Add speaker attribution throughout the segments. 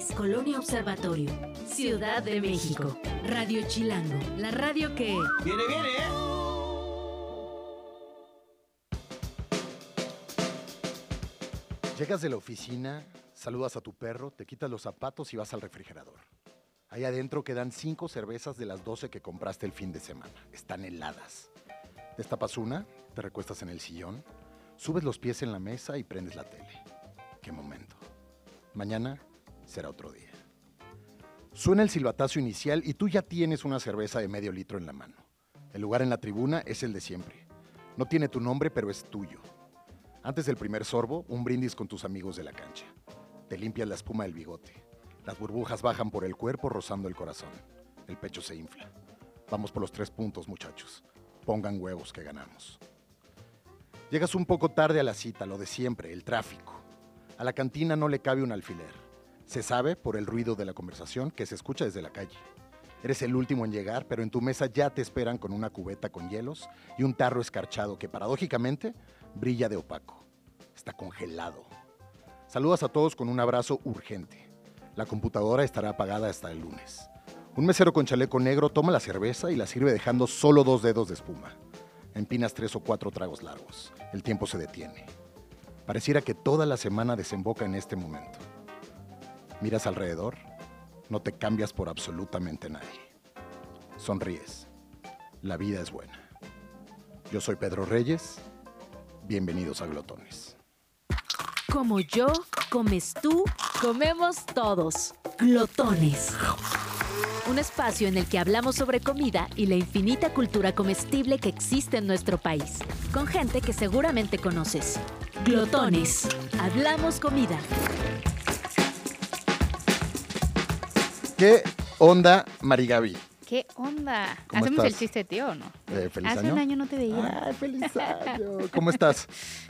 Speaker 1: 6, Colonia Observatorio, Ciudad de México. Radio Chilango, la radio que...
Speaker 2: Viene, viene, ¿eh?
Speaker 3: Llegas de la oficina, saludas a tu perro, te quitas los zapatos y vas al refrigerador. Ahí adentro quedan cinco cervezas de las 12 que compraste el fin de semana. Están heladas. Destapas una, te recuestas en el sillón, subes los pies en la mesa y prendes la tele. Qué momento. Mañana será otro día. Suena el silbatazo inicial y tú ya tienes una cerveza de medio litro en la mano. El lugar en la tribuna es el de siempre. No tiene tu nombre, pero es tuyo. Antes del primer sorbo, un brindis con tus amigos de la cancha. Te limpias la espuma del bigote. Las burbujas bajan por el cuerpo rozando el corazón. El pecho se infla. Vamos por los tres puntos, muchachos. Pongan huevos que ganamos. Llegas un poco tarde a la cita, lo de siempre, el tráfico. A la cantina no le cabe un alfiler. Se sabe por el ruido de la conversación que se escucha desde la calle. Eres el último en llegar, pero en tu mesa ya te esperan con una cubeta con hielos y un tarro escarchado que paradójicamente brilla de opaco. Está congelado. Saludas a todos con un abrazo urgente. La computadora estará apagada hasta el lunes. Un mesero con chaleco negro toma la cerveza y la sirve dejando solo dos dedos de espuma. Empinas tres o cuatro tragos largos. El tiempo se detiene. Pareciera que toda la semana desemboca en este momento. Miras alrededor, no te cambias por absolutamente nadie. Sonríes. La vida es buena. Yo soy Pedro Reyes. Bienvenidos a Glotones.
Speaker 1: Como yo, comes tú, comemos todos. Glotones. Un espacio en el que hablamos sobre comida y la infinita cultura comestible que existe en nuestro país, con gente que seguramente conoces. Glotones. Hablamos comida.
Speaker 3: ¿Qué onda, Marigaby?
Speaker 4: ¿Qué onda?
Speaker 3: ¿Cómo
Speaker 4: ¿Hacemos el
Speaker 3: estás?
Speaker 4: chiste, tío, o no?
Speaker 3: Eh, feliz
Speaker 4: Hace
Speaker 3: año. Ah.
Speaker 4: un año no te veía.
Speaker 3: Ay, feliz año. ¿Cómo estás?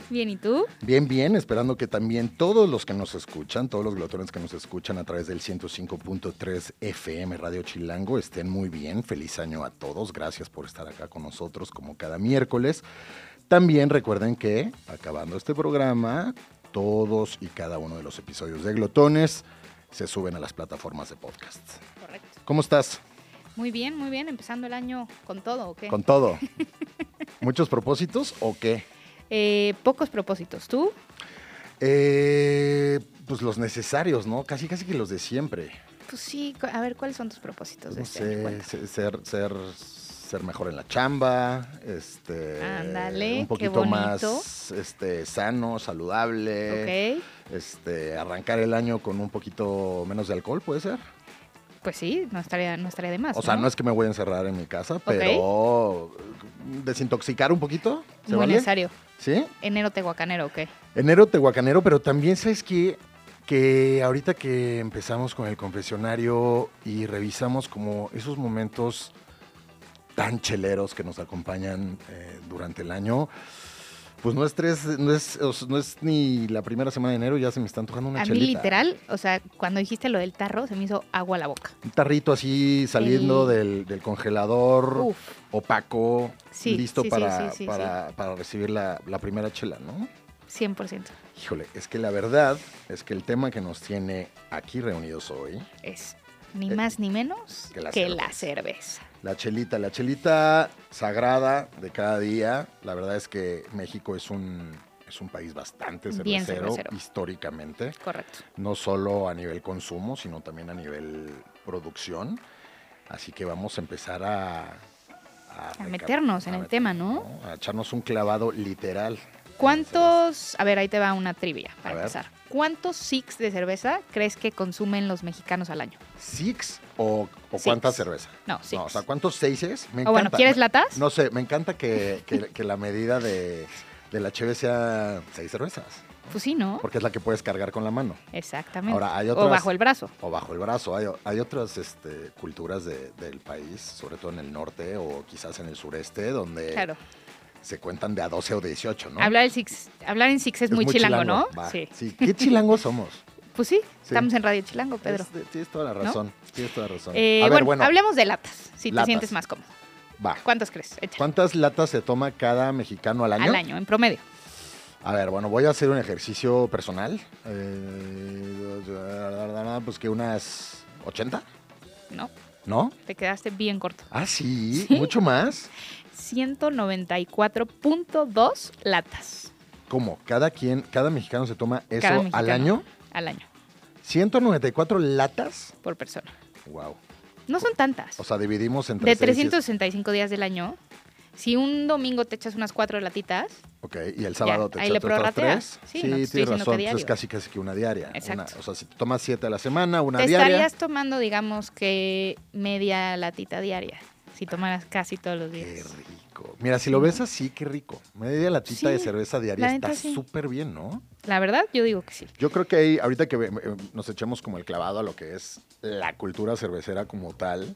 Speaker 4: Bien, ¿y tú?
Speaker 3: Bien, bien, esperando que también todos los que nos escuchan, todos los glotones que nos escuchan a través del 105.3 FM Radio Chilango estén muy bien. Feliz año a todos. Gracias por estar acá con nosotros como cada miércoles. También recuerden que acabando este programa, todos y cada uno de los episodios de Glotones se suben a las plataformas de podcast.
Speaker 4: Correcto.
Speaker 3: ¿Cómo estás?
Speaker 4: Muy bien, muy bien. Empezando el año con todo, ¿o qué?
Speaker 3: ¿Con todo? ¿Muchos propósitos o qué?
Speaker 4: Eh, pocos propósitos. ¿Tú?
Speaker 3: Eh, pues los necesarios, ¿no? Casi, casi que los de siempre.
Speaker 4: Pues sí. cu- A ver, ¿cuáles son tus propósitos de
Speaker 3: No
Speaker 4: este año?
Speaker 3: sé,
Speaker 4: Cuenta.
Speaker 3: se- ser, ser, ser mejor en la chamba, este,
Speaker 4: Ándale,
Speaker 3: un
Speaker 4: qué
Speaker 3: poquito
Speaker 4: bonito.
Speaker 3: más este, sano, saludable,
Speaker 4: Ok.
Speaker 3: este, arrancar el año con un poquito menos de alcohol, puede ser.
Speaker 4: Pues sí, no estaría, no estaría de más,
Speaker 3: O sea, no es que me voy a encerrar en mi casa, pero desintoxicar un poquito, ¿se
Speaker 4: Muy
Speaker 3: vale?
Speaker 4: necesario.
Speaker 3: ¿Sí?
Speaker 4: Enero tehuacanero, ¿ok?
Speaker 3: Enero tehuacanero, pero también sabes que, que ahorita que empezamos con el confesionario y revisamos como esos momentos tan cheleros que nos acompañan eh, durante el año, pues no es tres, no es, o sea, no es ni la primera semana de enero, ya se me está antojando una
Speaker 4: A mí
Speaker 3: chelita.
Speaker 4: literal, o sea, cuando dijiste lo del tarro, se me hizo agua a la boca.
Speaker 3: Un tarrito así saliendo del, del congelador,
Speaker 4: Uf,
Speaker 3: opaco,
Speaker 4: Sí,
Speaker 3: listo
Speaker 4: sí, sí,
Speaker 3: para,
Speaker 4: sí, sí,
Speaker 3: para, para recibir la, la primera chela, ¿no?
Speaker 4: 100%.
Speaker 3: Híjole, es que la verdad es que el tema que nos tiene aquí reunidos hoy,
Speaker 4: Es ni
Speaker 3: Eh,
Speaker 4: más ni menos
Speaker 3: que la
Speaker 4: que la cerveza.
Speaker 3: la chelita, la chelita sagrada de cada día, la verdad es que México es un, es un país bastante
Speaker 4: Bien
Speaker 3: cervecero,
Speaker 4: cervecero.
Speaker 3: históricamente,
Speaker 4: Correcto.
Speaker 3: no solo a nivel consumo, sino también a nivel producción. Así que vamos a empezar a... A, reca-
Speaker 4: meternos en el
Speaker 3: met-
Speaker 4: tema, ¿no?
Speaker 3: A echarnos un clavado literal.
Speaker 4: ¿Cuántos, a ver, ahí te va una trivia
Speaker 3: A
Speaker 4: para
Speaker 3: ver.
Speaker 4: empezar. ¿Cuántos six de cerveza crees que consumen los mexicanos al año?
Speaker 3: ¿Six o, o
Speaker 4: Six.
Speaker 3: cuánta cerveza?
Speaker 4: No, six.
Speaker 3: No, o sea, ¿cuántos seis es? Me
Speaker 4: o bueno,
Speaker 3: encanta.
Speaker 4: ¿quieres latas?
Speaker 3: No sé, me encanta que, que- que la medida de, de la cheve sea seis cervezas,
Speaker 4: Pues sí, ¿no?
Speaker 3: porque es la que puedes cargar con la mano
Speaker 4: Exactamente.
Speaker 3: Ahora, hay
Speaker 4: O
Speaker 3: otras-
Speaker 4: bajo el brazo.
Speaker 3: o bajo el brazo. Hay, hay otras este, culturas de- del país, sobre todo en el norte o quizás en el sureste, donde
Speaker 4: Claro.
Speaker 3: se cuentan de a 12 o 18, ¿no?
Speaker 4: Hablar, el six, hablar en six es, muy, chilango, ¿no?
Speaker 3: Va,
Speaker 4: Sí.
Speaker 3: ¿Qué chilangos somos?
Speaker 4: Pues sí,
Speaker 3: Sí.
Speaker 4: estamos en Radio Chilango, Pedro.
Speaker 3: Es- Tienes toda la razón. Tienes toda la razón.
Speaker 4: Eh,
Speaker 3: a ver,
Speaker 4: bueno,
Speaker 3: bueno,
Speaker 4: hablemos de latas, si
Speaker 3: Latas.
Speaker 4: te sientes más cómodo.
Speaker 3: va.
Speaker 4: ¿Cuántas crees? Échale.
Speaker 3: ¿Cuántas latas se toma cada mexicano al año?
Speaker 4: Al año, en promedio.
Speaker 3: A ver, bueno, voy a hacer un ejercicio personal. Eh, pues que unas 80,
Speaker 4: No,
Speaker 3: ¿no?
Speaker 4: te quedaste bien corto.
Speaker 3: Ah, sí,
Speaker 4: Sí.
Speaker 3: mucho más.
Speaker 4: 194.2 latas
Speaker 3: ¿Cómo? Cada quien, cada mexicano se toma eso
Speaker 4: Cada
Speaker 3: al
Speaker 4: mexicano.
Speaker 3: año.
Speaker 4: al año
Speaker 3: 194 latas.
Speaker 4: por persona.
Speaker 3: Wow.
Speaker 4: No son tantas.
Speaker 3: O sea, dividimos entre
Speaker 4: de
Speaker 3: seis y siete.
Speaker 4: 365 días del año, si un domingo te echas unas cuatro latitas,
Speaker 3: Ok, y el sábado
Speaker 4: Ya,
Speaker 3: te
Speaker 4: ahí
Speaker 3: echas
Speaker 4: le
Speaker 3: otras
Speaker 4: prorrateas.
Speaker 3: tres.
Speaker 4: Sí, no te estoy
Speaker 3: tienes
Speaker 4: diciendo
Speaker 3: razón.
Speaker 4: que
Speaker 3: pues es
Speaker 4: diario.
Speaker 3: casi casi que una diaria. una-
Speaker 4: Exacto.
Speaker 3: o sea, si te tomas siete a la semana, una
Speaker 4: te
Speaker 3: diaria.
Speaker 4: estarías tomando, digamos, que media latita diaria, si tomaras casi todos los
Speaker 3: Qué
Speaker 4: días.
Speaker 3: rico. Mira, si lo ves así, qué rico. Media latita de
Speaker 4: Sí,
Speaker 3: cerveza diaria
Speaker 4: la
Speaker 3: está
Speaker 4: neta sí.
Speaker 3: súper bien, ¿no?
Speaker 4: La verdad, yo digo que sí.
Speaker 3: Yo creo que ahí, ahorita que ve- eh, nos echemos como el clavado a lo que es la cultura cervecera como tal,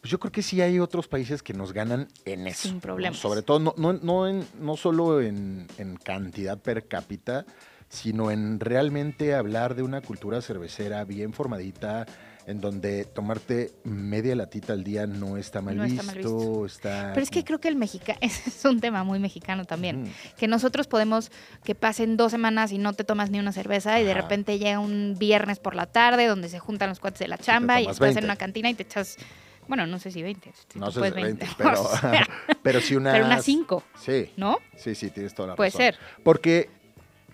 Speaker 3: pues yo creo que sí hay otros países que nos ganan en eso.
Speaker 4: Sin
Speaker 3: ¿no?
Speaker 4: problemas.
Speaker 3: Sobre todo, no, no, no, en- no solo en, en cantidad per cápita, sino en realmente hablar de una cultura cervecera bien formadita, en donde tomarte media latita al día no está mal,
Speaker 4: No
Speaker 3: visto, está
Speaker 4: está mal visto. Pero es que
Speaker 3: como-
Speaker 4: creo que el mexicano, ese es un tema muy mexicano también,
Speaker 3: Ujú.
Speaker 4: que nosotros podemos que pasen dos semanas y no te tomas ni una cerveza y de
Speaker 3: Ajá.
Speaker 4: repente llega un viernes por la tarde donde se juntan los cuates de la chamba y
Speaker 3: tomas
Speaker 4: estás
Speaker 3: 20.
Speaker 4: en una cantina y te echas, bueno, no sé si 20, si
Speaker 3: No
Speaker 4: tú
Speaker 3: sé si
Speaker 4: puedes
Speaker 3: 20,
Speaker 4: 20,
Speaker 3: pero,
Speaker 4: o sea,
Speaker 3: pero sí unas...
Speaker 4: pero unas 5,
Speaker 3: Sí,
Speaker 4: ¿no?
Speaker 3: sí, sí, tienes toda la
Speaker 4: Puede
Speaker 3: razón. Eh,
Speaker 4: ser.
Speaker 3: Porque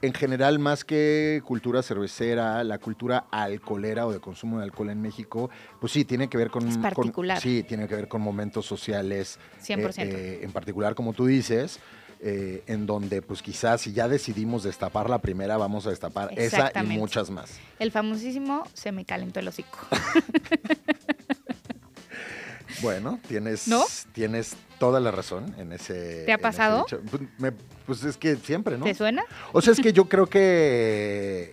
Speaker 3: en general, más que cultura cervecera, la cultura alcoholera o de consumo de alcohol en México, pues sí, tiene que ver con...
Speaker 4: Es
Speaker 3: con-
Speaker 4: particular.
Speaker 3: sí, tiene que ver con momentos sociales. eh,
Speaker 4: 100%.
Speaker 3: eh, en particular, como tú dices, eh, en donde pues quizás si ya decidimos destapar la primera, vamos a destapar esa y
Speaker 4: Exactamente.
Speaker 3: muchas más.
Speaker 4: El famosísimo se me calentó el hocico.
Speaker 3: ¿Ah, Bueno, tienes,
Speaker 4: ¿No?
Speaker 3: tienes toda la razón en ese...
Speaker 4: ¿Te ha
Speaker 3: en ese
Speaker 4: pasado?
Speaker 3: dicho. Pues, me- pues es que siempre, ¿no?
Speaker 4: ¿Te suena?
Speaker 3: O sea, es que yo creo que.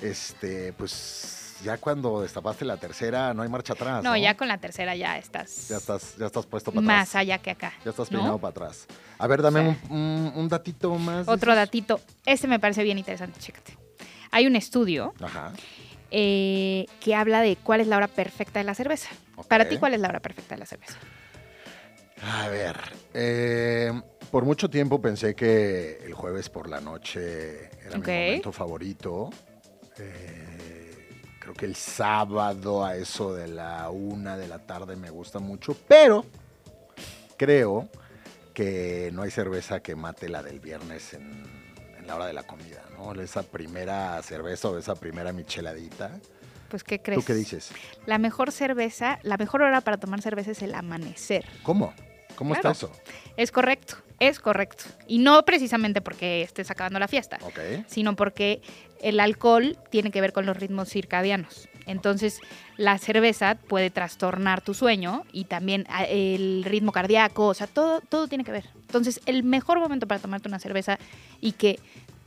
Speaker 3: Este, pues. Ya cuando destapaste la tercera, no hay marcha atrás. No,
Speaker 4: No, ya con la tercera ya estás,
Speaker 3: Ah, Ya estás, ya estás puesto para
Speaker 4: más
Speaker 3: atrás.
Speaker 4: allá que acá.
Speaker 3: Ya estás
Speaker 4: ¿no?
Speaker 3: peinado para atrás. A ver, dame
Speaker 4: O
Speaker 3: un, un- un datito más. de
Speaker 4: Pues Otro
Speaker 3: esos.
Speaker 4: datito, este me parece bien interesante, chécate. Hay un estudio
Speaker 3: Ajá.
Speaker 4: eh, que habla de cuál es la hora perfecta de la cerveza.
Speaker 3: ok.
Speaker 4: Para ti, ¿cuál es la hora perfecta de la cerveza?
Speaker 3: A ver. eh, por mucho tiempo pensé que el jueves por la noche era
Speaker 4: Ok.
Speaker 3: mi momento favorito. Eh, creo que el sábado a eso de la una de la tarde me gusta mucho, pero creo que no hay cerveza que mate la del viernes en, en la hora de la comida, ¿no? Esa primera cerveza o esa primera micheladita.
Speaker 4: Pues, ¿qué crees?
Speaker 3: ¿Tú qué dices?
Speaker 4: La mejor cerveza, la mejor hora para tomar cerveza es el amanecer.
Speaker 3: ¿Cómo? ¿Cómo
Speaker 4: Claro.
Speaker 3: está eso?
Speaker 4: Es correcto, es correcto. Y no precisamente porque estés acabando la fiesta.
Speaker 3: Ok.
Speaker 4: sino porque el alcohol tiene que ver con los ritmos circadianos. Entonces, la cerveza puede trastornar tu sueño y también a- el ritmo cardíaco, o sea, todo, todo tiene que ver. Entonces, el mejor momento para tomarte una cerveza y que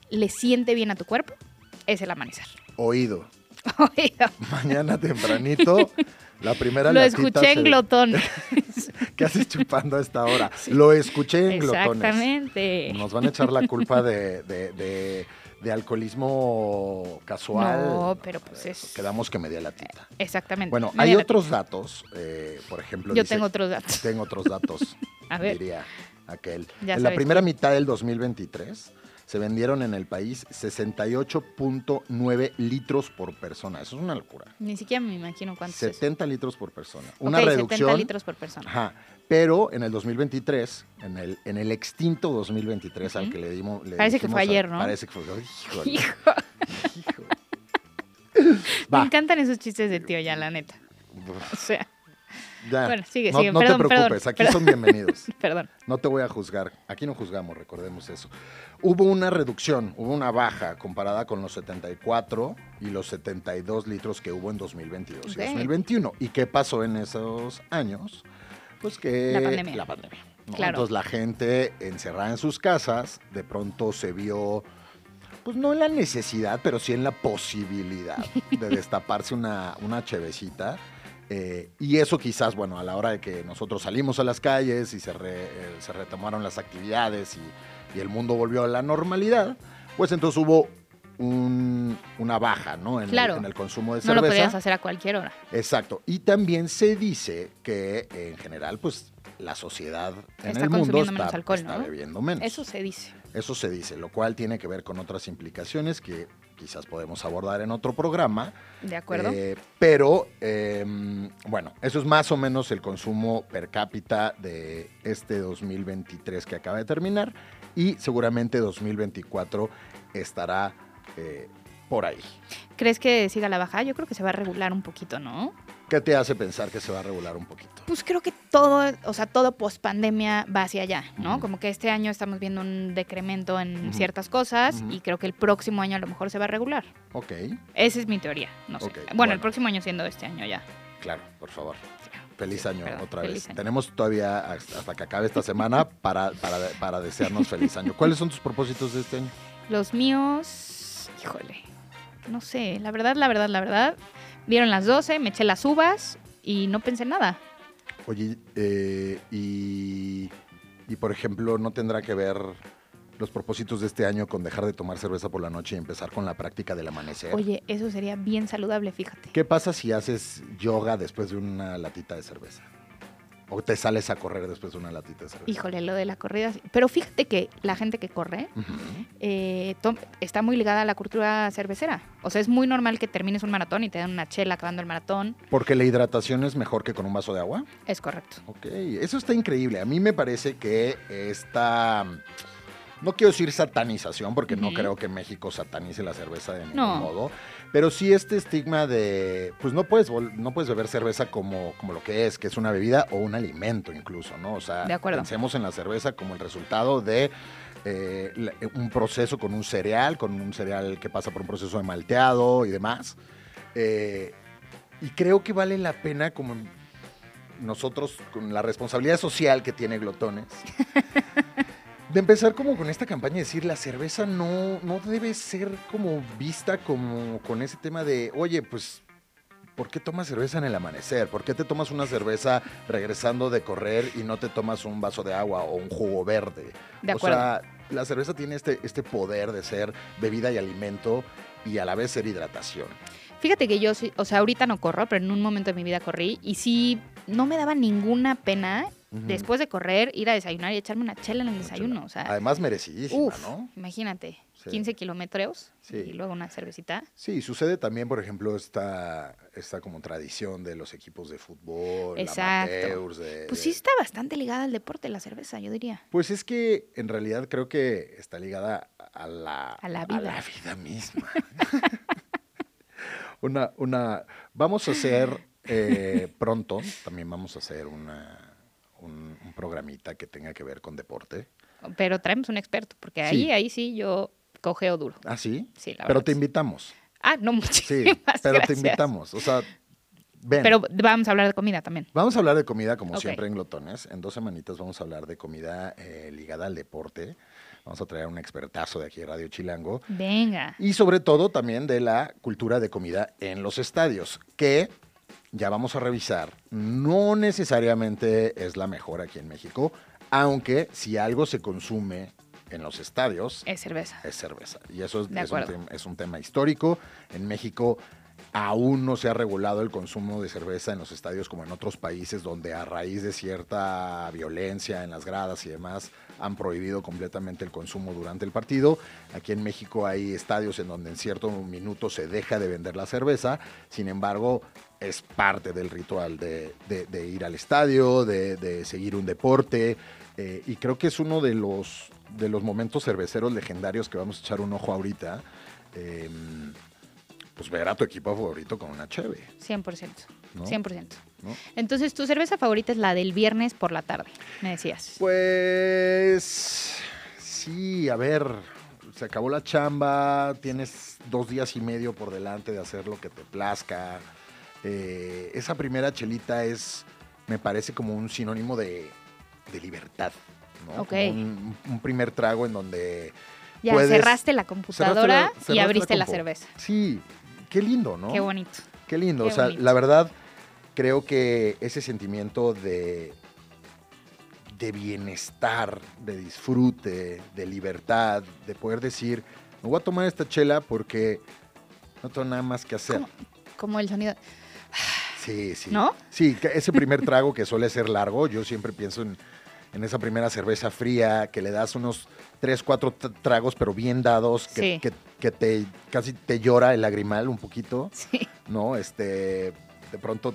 Speaker 4: le siente bien a tu cuerpo es el amanecer.
Speaker 3: Oído. mañana tempranito. La primera
Speaker 4: Lo
Speaker 3: latita
Speaker 4: escuché en
Speaker 3: se-
Speaker 4: glotón.
Speaker 3: ¿Qué haces chupando a esta hora?
Speaker 4: Sí.
Speaker 3: Lo escuché en glotones.
Speaker 4: Exactamente.
Speaker 3: Nos van a echar la culpa de, de- de- de alcoholismo casual.
Speaker 4: No, pero pues es-
Speaker 3: Quedamos que media latita.
Speaker 4: Exactamente.
Speaker 3: Bueno,
Speaker 4: Media
Speaker 3: hay
Speaker 4: latita.
Speaker 3: otros datos. eh, por ejemplo,
Speaker 4: Yo
Speaker 3: dice-
Speaker 4: tengo otros datos.
Speaker 3: tengo otros datos.
Speaker 4: A ver.
Speaker 3: Diría aquel.
Speaker 4: Ya
Speaker 3: en la
Speaker 4: sabes
Speaker 3: primera mitad del 2023 se vendieron en el país 68.9 litros por persona. Eso es una locura.
Speaker 4: Ni siquiera me imagino cuántos es.
Speaker 3: 70 litros por persona. Una
Speaker 4: Ok, 70
Speaker 3: reducción.
Speaker 4: litros por persona.
Speaker 3: Ajá. Pero en el 2023, en el, en el extinto 2023 al
Speaker 4: Ujú.
Speaker 3: que le dimos. le
Speaker 4: Parece que
Speaker 3: dijimos
Speaker 4: fue
Speaker 3: a-
Speaker 4: ayer, ¿no?
Speaker 3: Parece que fue. Híjole.
Speaker 4: Hijo.
Speaker 3: híjole.
Speaker 4: Me
Speaker 3: Va,
Speaker 4: encantan esos chistes de tío ya, la neta. O sea,
Speaker 3: ya.
Speaker 4: bueno, sigue,
Speaker 3: no,
Speaker 4: sigue.
Speaker 3: no te
Speaker 4: Perdón, perdón,
Speaker 3: preocupes, aquí
Speaker 4: perdón.
Speaker 3: son bienvenidos.
Speaker 4: perdón.
Speaker 3: No te voy a juzgar. Aquí no juzgamos, recordemos eso. Hubo una reducción, hubo una baja comparada con los 74 y los 72 litros que hubo en 2022
Speaker 4: Ok.
Speaker 3: y 2021. ¿Y qué pasó en esos años? Pues que
Speaker 4: La pandemia.
Speaker 3: La pandemia. ¿no?
Speaker 4: Claro.
Speaker 3: Entonces la gente encerrada en sus casas de pronto se vio, pues no en la necesidad, pero sí en la posibilidad de destaparse una, una chevecita. Eh, y eso quizás, bueno, a la hora de que nosotros salimos a las calles y se, re- eh, se retomaron las actividades y, y el mundo volvió a la normalidad, pues entonces hubo un- una baja, ¿no? En, el-
Speaker 4: Claro.
Speaker 3: en el, consumo de
Speaker 4: No lo
Speaker 3: cerveza.
Speaker 4: podías hacer a cualquier hora.
Speaker 3: Exacto. Y también se dice que en general, pues la sociedad en
Speaker 4: Está
Speaker 3: el mundo
Speaker 4: consumiendo
Speaker 3: está,
Speaker 4: menos alcohol,
Speaker 3: está
Speaker 4: ¿no?
Speaker 3: bebiendo menos.
Speaker 4: Eso se dice.
Speaker 3: Eso se dice, lo cual tiene que ver con otras implicaciones que quizás podemos abordar en otro programa.
Speaker 4: ¿De acuerdo?
Speaker 3: Eh, pero, eh, bueno, eso es más o menos el consumo per cápita de este 2023 que acaba de terminar y seguramente 2024 estará eh, por ahí.
Speaker 4: ¿Crees que siga la baja? Yo creo que se va a regular un poquito, ¿no?
Speaker 3: ¿Qué te hace pensar que se va a regular un poquito?
Speaker 4: Pues creo que todo, o sea, todo post pandemia va hacia allá, ¿no?
Speaker 3: Ujú.
Speaker 4: Como que este año estamos viendo un decremento en
Speaker 3: Ujú.
Speaker 4: ciertas cosas
Speaker 3: Ujú.
Speaker 4: y creo que el próximo año a lo mejor se va a regular.
Speaker 3: Ok,
Speaker 4: Esa es mi teoría, no sé.
Speaker 3: Ok,
Speaker 4: bueno,
Speaker 3: bueno.
Speaker 4: el próximo año siendo este año ya.
Speaker 3: claro, por favor.
Speaker 4: Claro.
Speaker 3: Feliz año
Speaker 4: perdón,
Speaker 3: otra
Speaker 4: feliz
Speaker 3: vez.
Speaker 4: año.
Speaker 3: Tenemos todavía hasta hasta que acabe esta semana para, para, para desearnos feliz año. ¿Cuáles son tus propósitos de este año?
Speaker 4: Los míos, híjole, no sé, la verdad, la verdad, la verdad. Vieron las 12, me eché las uvas y no pensé nada.
Speaker 3: Oye, eh, y, y, por ejemplo, ¿no tendrá que ver los propósitos de este año con dejar de tomar cerveza por la noche y empezar con la práctica del amanecer?
Speaker 4: Oye, eso sería bien saludable, fíjate.
Speaker 3: ¿Qué pasa si haces yoga después de una latita de cerveza? ¿O te sales a correr después de una latita de cerveza?
Speaker 4: Híjole, lo de la corrida. sí. Pero fíjate que la gente que corre
Speaker 3: Ujú.
Speaker 4: eh, tom- está muy ligada a la cultura cervecera. O sea, es muy normal que termines un maratón y te den una chela acabando el maratón.
Speaker 3: Porque la hidratación es mejor que con un vaso de agua.
Speaker 4: Es correcto.
Speaker 3: Ok, eso está increíble. A mí me parece que esta... No quiero decir satanización, porque no
Speaker 4: Ujú.
Speaker 3: creo que México satanice la cerveza de ningún
Speaker 4: No.
Speaker 3: modo. Pero sí este estigma de, pues no puedes, vol- no puedes beber cerveza como, como lo que es, que es una bebida o un alimento incluso, ¿no? O sea,
Speaker 4: De acuerdo.
Speaker 3: pensemos en la cerveza como el resultado de eh, la- un proceso con un cereal, con un cereal que pasa por un proceso de malteado y demás. Eh, y creo que vale la pena como nosotros, con la responsabilidad social que tiene Glotones, de empezar como con esta campaña de decir la cerveza no, no debe ser como vista como con ese tema de, oye, pues, ¿por qué tomas cerveza en el amanecer? ¿Por qué te tomas una cerveza regresando de correr y no te tomas un vaso de agua o un jugo verde?
Speaker 4: De
Speaker 3: o
Speaker 4: acuerdo.
Speaker 3: sea, la cerveza tiene este, este poder de ser bebida y alimento y a la vez ser hidratación.
Speaker 4: Fíjate que yo, sí- o sea, ahorita no corro, pero en un momento de mi vida corrí y sí, no me daba ninguna pena
Speaker 3: Ujú.
Speaker 4: después de correr ir a desayunar y echarme una chela en el desayuno. O sea,
Speaker 3: Además, merecidísima,
Speaker 4: uff,
Speaker 3: ¿no?
Speaker 4: imagínate,
Speaker 3: Sí.
Speaker 4: 15 kilómetros
Speaker 3: Sí.
Speaker 4: y luego una cervecita.
Speaker 3: Sí, sucede también, por ejemplo, esta, esta como tradición de los equipos de fútbol,
Speaker 4: Exacto.
Speaker 3: amateurs, de-
Speaker 4: Pues
Speaker 3: de-
Speaker 4: sí está bastante ligada al deporte la cerveza, yo diría.
Speaker 3: Pues es que en realidad creo que está ligada a la,
Speaker 4: A la vida.
Speaker 3: vida misma. una, una, vamos a hacer eh, pronto, también vamos a hacer una, un, un programita que tenga que ver con deporte.
Speaker 4: Pero traemos un experto, porque ahí,
Speaker 3: Sí.
Speaker 4: ahí sí yo cogeo duro.
Speaker 3: ¿Ah, sí?
Speaker 4: Sí, la
Speaker 3: pero
Speaker 4: verdad,
Speaker 3: te
Speaker 4: sí.
Speaker 3: invitamos.
Speaker 4: Ah, no,
Speaker 3: Sí,
Speaker 4: muchísimas
Speaker 3: pero te
Speaker 4: gracias.
Speaker 3: invitamos. O sea, ven.
Speaker 4: Pero vamos a hablar de comida también.
Speaker 3: Vamos a hablar de comida, como
Speaker 4: Ok.
Speaker 3: siempre en Glotones. En dos semanitas vamos a hablar de comida eh, ligada al deporte. Vamos a traer un expertazo de aquí de Radio Chilango.
Speaker 4: Venga.
Speaker 3: Y sobre todo también de la cultura de comida en los estadios, que ya vamos a revisar. No necesariamente es la mejor aquí en México, aunque si algo se consume en los estadios
Speaker 4: Es cerveza.
Speaker 3: es cerveza. Y eso es,
Speaker 4: Eh. De
Speaker 3: es un,
Speaker 4: acuerdo.
Speaker 3: tem- es un tema histórico. En México aún no se ha regulado el consumo de cerveza en los estadios como en otros países donde a raíz de cierta violencia en las gradas y demás han prohibido completamente el consumo durante el partido. Aquí en México hay estadios en donde en cierto minuto se deja de vender la cerveza. Sin embargo, es parte del ritual de, de- de ir al estadio, de, de seguir un deporte. eh, y creo que es uno de los, de los momentos cerveceros legendarios que vamos a echar un ojo ahorita. eh, pues ver a tu equipo favorito con una cheve.
Speaker 4: 100%.
Speaker 3: ¿No?
Speaker 4: 100%.
Speaker 3: ¿no?
Speaker 4: Entonces, tu cerveza favorita es la del viernes por la tarde, me decías.
Speaker 3: Pues sí, a ver, se acabó la chamba, tienes dos días y medio por delante de hacer lo que te plazca. Eh, esa primera chelita es, me parece como un sinónimo de, de libertad, ¿no?
Speaker 4: Ok.
Speaker 3: Como Un, un primer trago en donde
Speaker 4: ya
Speaker 3: puedes-
Speaker 4: cerraste la
Speaker 3: cerraste
Speaker 4: computadora
Speaker 3: la-
Speaker 4: y
Speaker 3: cerraste
Speaker 4: abriste la,
Speaker 3: compu.
Speaker 4: cerveza.
Speaker 3: Sí, qué lindo, ¿no?
Speaker 4: Qué bonito.
Speaker 3: Qué lindo.
Speaker 4: Qué
Speaker 3: o sea,
Speaker 4: bonito.
Speaker 3: la verdad, creo que ese sentimiento de, de bienestar, de disfrute, de libertad, de poder decir, me voy a tomar esta chela porque no tengo nada más que hacer.
Speaker 4: ¿Cómo? Como el sonido.
Speaker 3: Sí, sí.
Speaker 4: ¿No?
Speaker 3: Sí, que ese primer trago que suele ser largo, yo siempre pienso en, en esa primera cerveza fría, que le das unos tres, cuatro t- tragos, pero bien dados, que,
Speaker 4: Sí.
Speaker 3: que- que te casi te llora el lagrimal un poquito,
Speaker 4: Sí.
Speaker 3: ¿no? Este, de pronto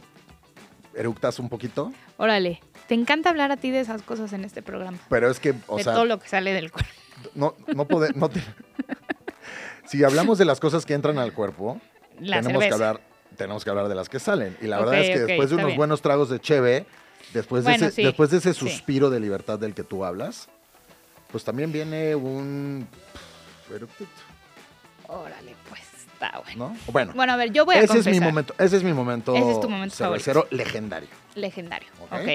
Speaker 3: eructas un poquito,
Speaker 4: Órale. Te encanta hablar a ti de esas cosas en este programa.
Speaker 3: pero es que, o
Speaker 4: de
Speaker 3: sea,
Speaker 4: todo lo que sale del cuerpo.
Speaker 3: no, no pode- no te- si hablamos de las cosas que entran al cuerpo,
Speaker 4: La
Speaker 3: tenemos
Speaker 4: cerveza.
Speaker 3: que hablar, tenemos que hablar de las que salen. Y la
Speaker 4: Ok,
Speaker 3: verdad es que
Speaker 4: ok,
Speaker 3: después de
Speaker 4: está
Speaker 3: unos
Speaker 4: bien.
Speaker 3: buenos tragos de cheve, después de,
Speaker 4: Bueno,
Speaker 3: ese,
Speaker 4: sí,
Speaker 3: después de ese
Speaker 4: sí.
Speaker 3: suspiro de libertad del que tú hablas, pues también viene un eructito,
Speaker 4: Órale, pues está bueno.
Speaker 3: ¿no? Bueno,
Speaker 4: Bueno, a ver, yo voy a
Speaker 3: ese
Speaker 4: confesar.
Speaker 3: es mi momento, ese es mi momento,
Speaker 4: Ese es tu momento
Speaker 3: cervecero legendario.
Speaker 4: Legendario.
Speaker 3: Ok.
Speaker 4: ok.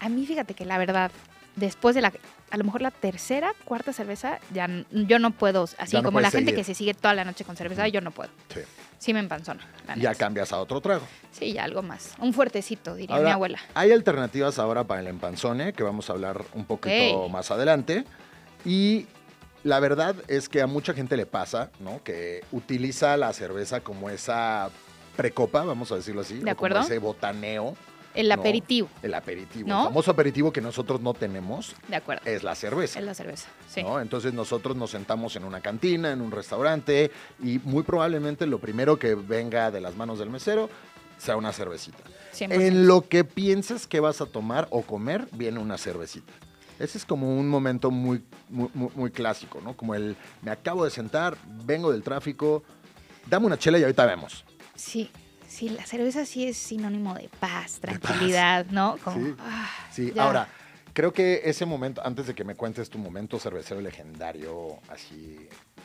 Speaker 4: A mí fíjate que la verdad, después de la, a lo mejor la tercera, cuarta cerveza, ya n- yo no puedo, así
Speaker 3: Ya no
Speaker 4: como
Speaker 3: puedes
Speaker 4: la gente
Speaker 3: seguir.
Speaker 4: que se sigue toda la noche con cerveza, yo no puedo.
Speaker 3: Sí.
Speaker 4: Sí me empanzona. la
Speaker 3: Ya
Speaker 4: neta.
Speaker 3: cambias a otro trago.
Speaker 4: Sí, ya algo más. Un fuertecito, diría mi
Speaker 3: Ahora,
Speaker 4: abuela.
Speaker 3: Hay alternativas ahora para el empanzone, que vamos a hablar un poquito
Speaker 4: Ok.
Speaker 3: más adelante. Y la verdad es que a mucha gente le pasa, ¿no? Que utiliza la cerveza como esa precopa, vamos a decirlo así. o como
Speaker 4: acuerdo.
Speaker 3: ese botaneo,
Speaker 4: El
Speaker 3: no.
Speaker 4: aperitivo,
Speaker 3: el aperitivo.
Speaker 4: ¿No?
Speaker 3: El famoso aperitivo que nosotros no tenemos
Speaker 4: de acuerdo.
Speaker 3: es la cerveza.
Speaker 4: Es la cerveza, sí.
Speaker 3: ¿no? Entonces nosotros nos sentamos en una cantina, en un restaurante y muy probablemente lo primero que venga de las manos del mesero sea una cervecita.
Speaker 4: 100%.
Speaker 3: En lo que piensas que vas a tomar o comer, viene una cervecita. Ese es como un momento muy, muy, muy- muy clásico, ¿no? Como el, me acabo de sentar, vengo del tráfico, dame una chela y ahorita vemos.
Speaker 4: Sí, sí, la cerveza sí es sinónimo de paz, tranquilidad, ¿no? Como,
Speaker 3: Sí.
Speaker 4: ah,
Speaker 3: Sí,
Speaker 4: Ya.
Speaker 3: ahora, creo que ese momento, antes de que me cuentes tu momento cervecero legendario, así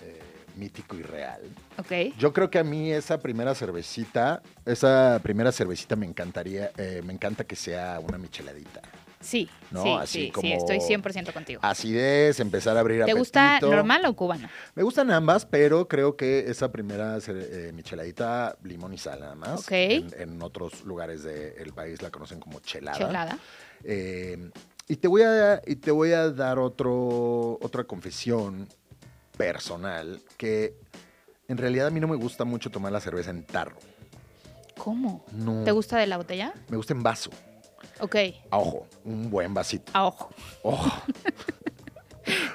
Speaker 3: eh, mítico y real,
Speaker 4: ok.
Speaker 3: yo creo que a mí esa primera cervecita, esa primera cervecita me encantaría, eh, me encanta que sea una micheladita.
Speaker 4: Sí,
Speaker 3: No,
Speaker 4: sí,
Speaker 3: así
Speaker 4: sí, sí,
Speaker 3: como-
Speaker 4: estoy 100% contigo.
Speaker 3: Acidez, empezar a abrir
Speaker 4: ¿Te gusta
Speaker 3: apetito.
Speaker 4: normal o cubana?
Speaker 3: Me gustan ambas, pero creo que esa primera ce- eh, micheladita, limón y sal nada más.
Speaker 4: Ok.
Speaker 3: En, en otros lugares del país la conocen como chelada.
Speaker 4: Chelada.
Speaker 3: Eh, y, te voy a, y te voy a dar otro, otra confesión personal, que en realidad a mí no me gusta mucho tomar la cerveza en tarro.
Speaker 4: ¿Cómo?
Speaker 3: No.
Speaker 4: ¿Te gusta de la botella?
Speaker 3: Me gusta en vaso.
Speaker 4: Ok,
Speaker 3: A ojo, un buen vasito.
Speaker 4: a ojo.
Speaker 3: Ojo.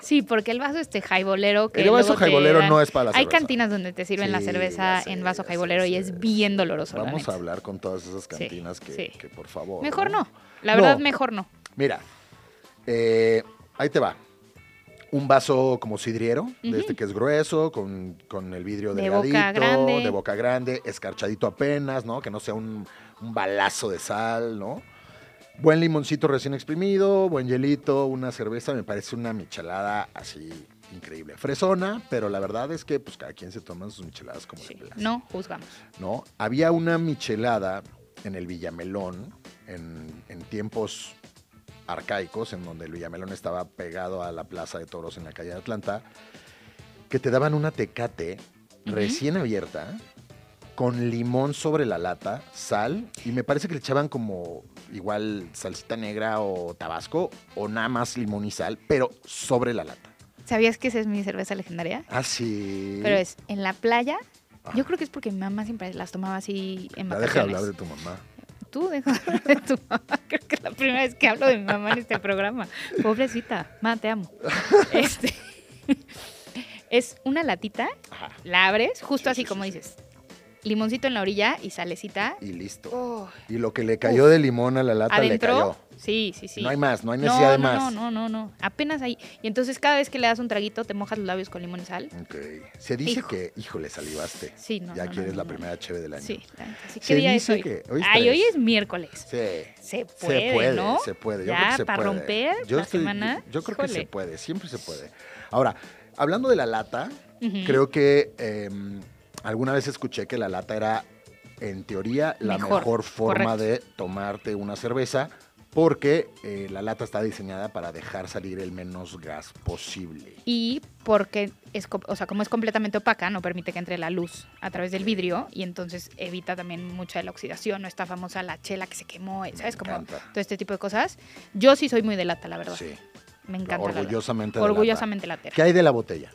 Speaker 4: Sí, porque el vaso este jaibolero que
Speaker 3: El vaso
Speaker 4: luego te
Speaker 3: jaibolero
Speaker 4: dan-
Speaker 3: no es para la
Speaker 4: Hay
Speaker 3: cerveza.
Speaker 4: cantinas donde te sirven la
Speaker 3: Sí,
Speaker 4: cerveza
Speaker 3: ya sé,
Speaker 4: en vaso
Speaker 3: ya
Speaker 4: jaibolero
Speaker 3: sé,
Speaker 4: y
Speaker 3: ya
Speaker 4: es
Speaker 3: sé.
Speaker 4: bien doloroso. la
Speaker 3: Vamos
Speaker 4: neta.
Speaker 3: a hablar con todas esas cantinas que,
Speaker 4: sí.
Speaker 3: que, por favor.
Speaker 4: Mejor no. La
Speaker 3: No.
Speaker 4: verdad, mejor no.
Speaker 3: Mira, eh, ahí te va. Un vaso como sidriero, de este
Speaker 4: Ujú.
Speaker 3: que es grueso, con, con el vidrio
Speaker 4: De boca
Speaker 3: delgadito,
Speaker 4: grande.
Speaker 3: de boca grande, escarchadito apenas, ¿no? Que no sea un, un balazo de sal, ¿no? Buen limoncito recién exprimido, buen hielito, una cerveza, me parece una michelada así increíble. Fresona, pero la verdad es que pues cada quien se toma sus micheladas como
Speaker 4: Sí,
Speaker 3: le place.
Speaker 4: No juzgamos.
Speaker 3: ¿no? Había una michelada en el Villamelón, en, en tiempos arcaicos, en donde el Villamelón estaba pegado a la Plaza de Toros en la calle de Atlanta, que te daban una tecate
Speaker 4: Ujú.
Speaker 3: recién abierta, con limón sobre la lata, sal, y me parece que le echaban como igual salsita negra o tabasco, o nada más limón y sal, pero sobre la lata.
Speaker 4: ¿Sabías que esa es mi cerveza legendaria?
Speaker 3: Así.
Speaker 4: Pero es en la playa.
Speaker 3: Ajá.
Speaker 4: Yo creo que es porque mi mamá siempre las tomaba así en
Speaker 3: Ah. La deja
Speaker 4: vacaciones.
Speaker 3: hablar de tu mamá.
Speaker 4: Tú deja hablar de tu mamá. Creo que es la primera vez que hablo de mi mamá en este programa. Pobrecita. Ma, te amo. Este, es una latita,
Speaker 3: Ajá.
Speaker 4: la abres, justo
Speaker 3: Sí,
Speaker 4: así
Speaker 3: sí,
Speaker 4: como
Speaker 3: sí, sí.
Speaker 4: dices. Limoncito en la orilla y salecita.
Speaker 3: Y listo.
Speaker 4: Oh,
Speaker 3: Y lo que le cayó de limón a la lata le
Speaker 4: adentro.
Speaker 3: cayó.
Speaker 4: Sí, sí, sí.
Speaker 3: No hay más, no hay
Speaker 4: No,
Speaker 3: necesidad de
Speaker 4: no,
Speaker 3: más.
Speaker 4: No, no, no, no. Apenas ahí. Y entonces cada vez que le das un traguito te mojas los labios con limón y sal.
Speaker 3: Ok. Se dice
Speaker 4: Hijo.
Speaker 3: que, híjole, salivaste.
Speaker 4: Sí, no.
Speaker 3: ya
Speaker 4: no, no,
Speaker 3: quieres
Speaker 4: no,
Speaker 3: la
Speaker 4: no.
Speaker 3: primera chévere del año.
Speaker 4: Sí, la neta, sí. ¿Qué
Speaker 3: Se
Speaker 4: día
Speaker 3: dice
Speaker 4: es hoy?
Speaker 3: que hoy es
Speaker 4: Ay, hoy
Speaker 3: tres.
Speaker 4: es miércoles.
Speaker 3: Sí.
Speaker 4: Se
Speaker 3: Se
Speaker 4: puede,
Speaker 3: puede,
Speaker 4: ¿no?
Speaker 3: se puede. Yo
Speaker 4: Ya,
Speaker 3: creo que se
Speaker 4: para
Speaker 3: puede.
Speaker 4: romper
Speaker 3: yo
Speaker 4: la
Speaker 3: estoy-
Speaker 4: semana,
Speaker 3: Yo, yo creo que se
Speaker 4: híjole.
Speaker 3: puede, siempre se puede. Ahora, hablando de la lata,
Speaker 4: Ujú.
Speaker 3: creo que eh, alguna vez escuché que la lata era, en teoría, la
Speaker 4: Mejor,
Speaker 3: mejor, forma
Speaker 4: correcto.
Speaker 3: de tomarte una cerveza porque eh, la lata está diseñada para dejar salir el menos gas posible.
Speaker 4: Y porque es, co- o sea, como es completamente opaca, no permite que entre la luz a través del vidrio y entonces evita también mucha de la oxidación, no está famosa la chela que se quemó, eh,
Speaker 3: Me
Speaker 4: ¿sabes? Como
Speaker 3: encanta.
Speaker 4: todo este tipo de cosas. Yo sí soy muy de lata, la verdad.
Speaker 3: Sí,
Speaker 4: Me encanta. la lata.
Speaker 3: orgullosamente. de lata.
Speaker 4: Orgullosamente latera.
Speaker 3: ¿Qué hay de la botella?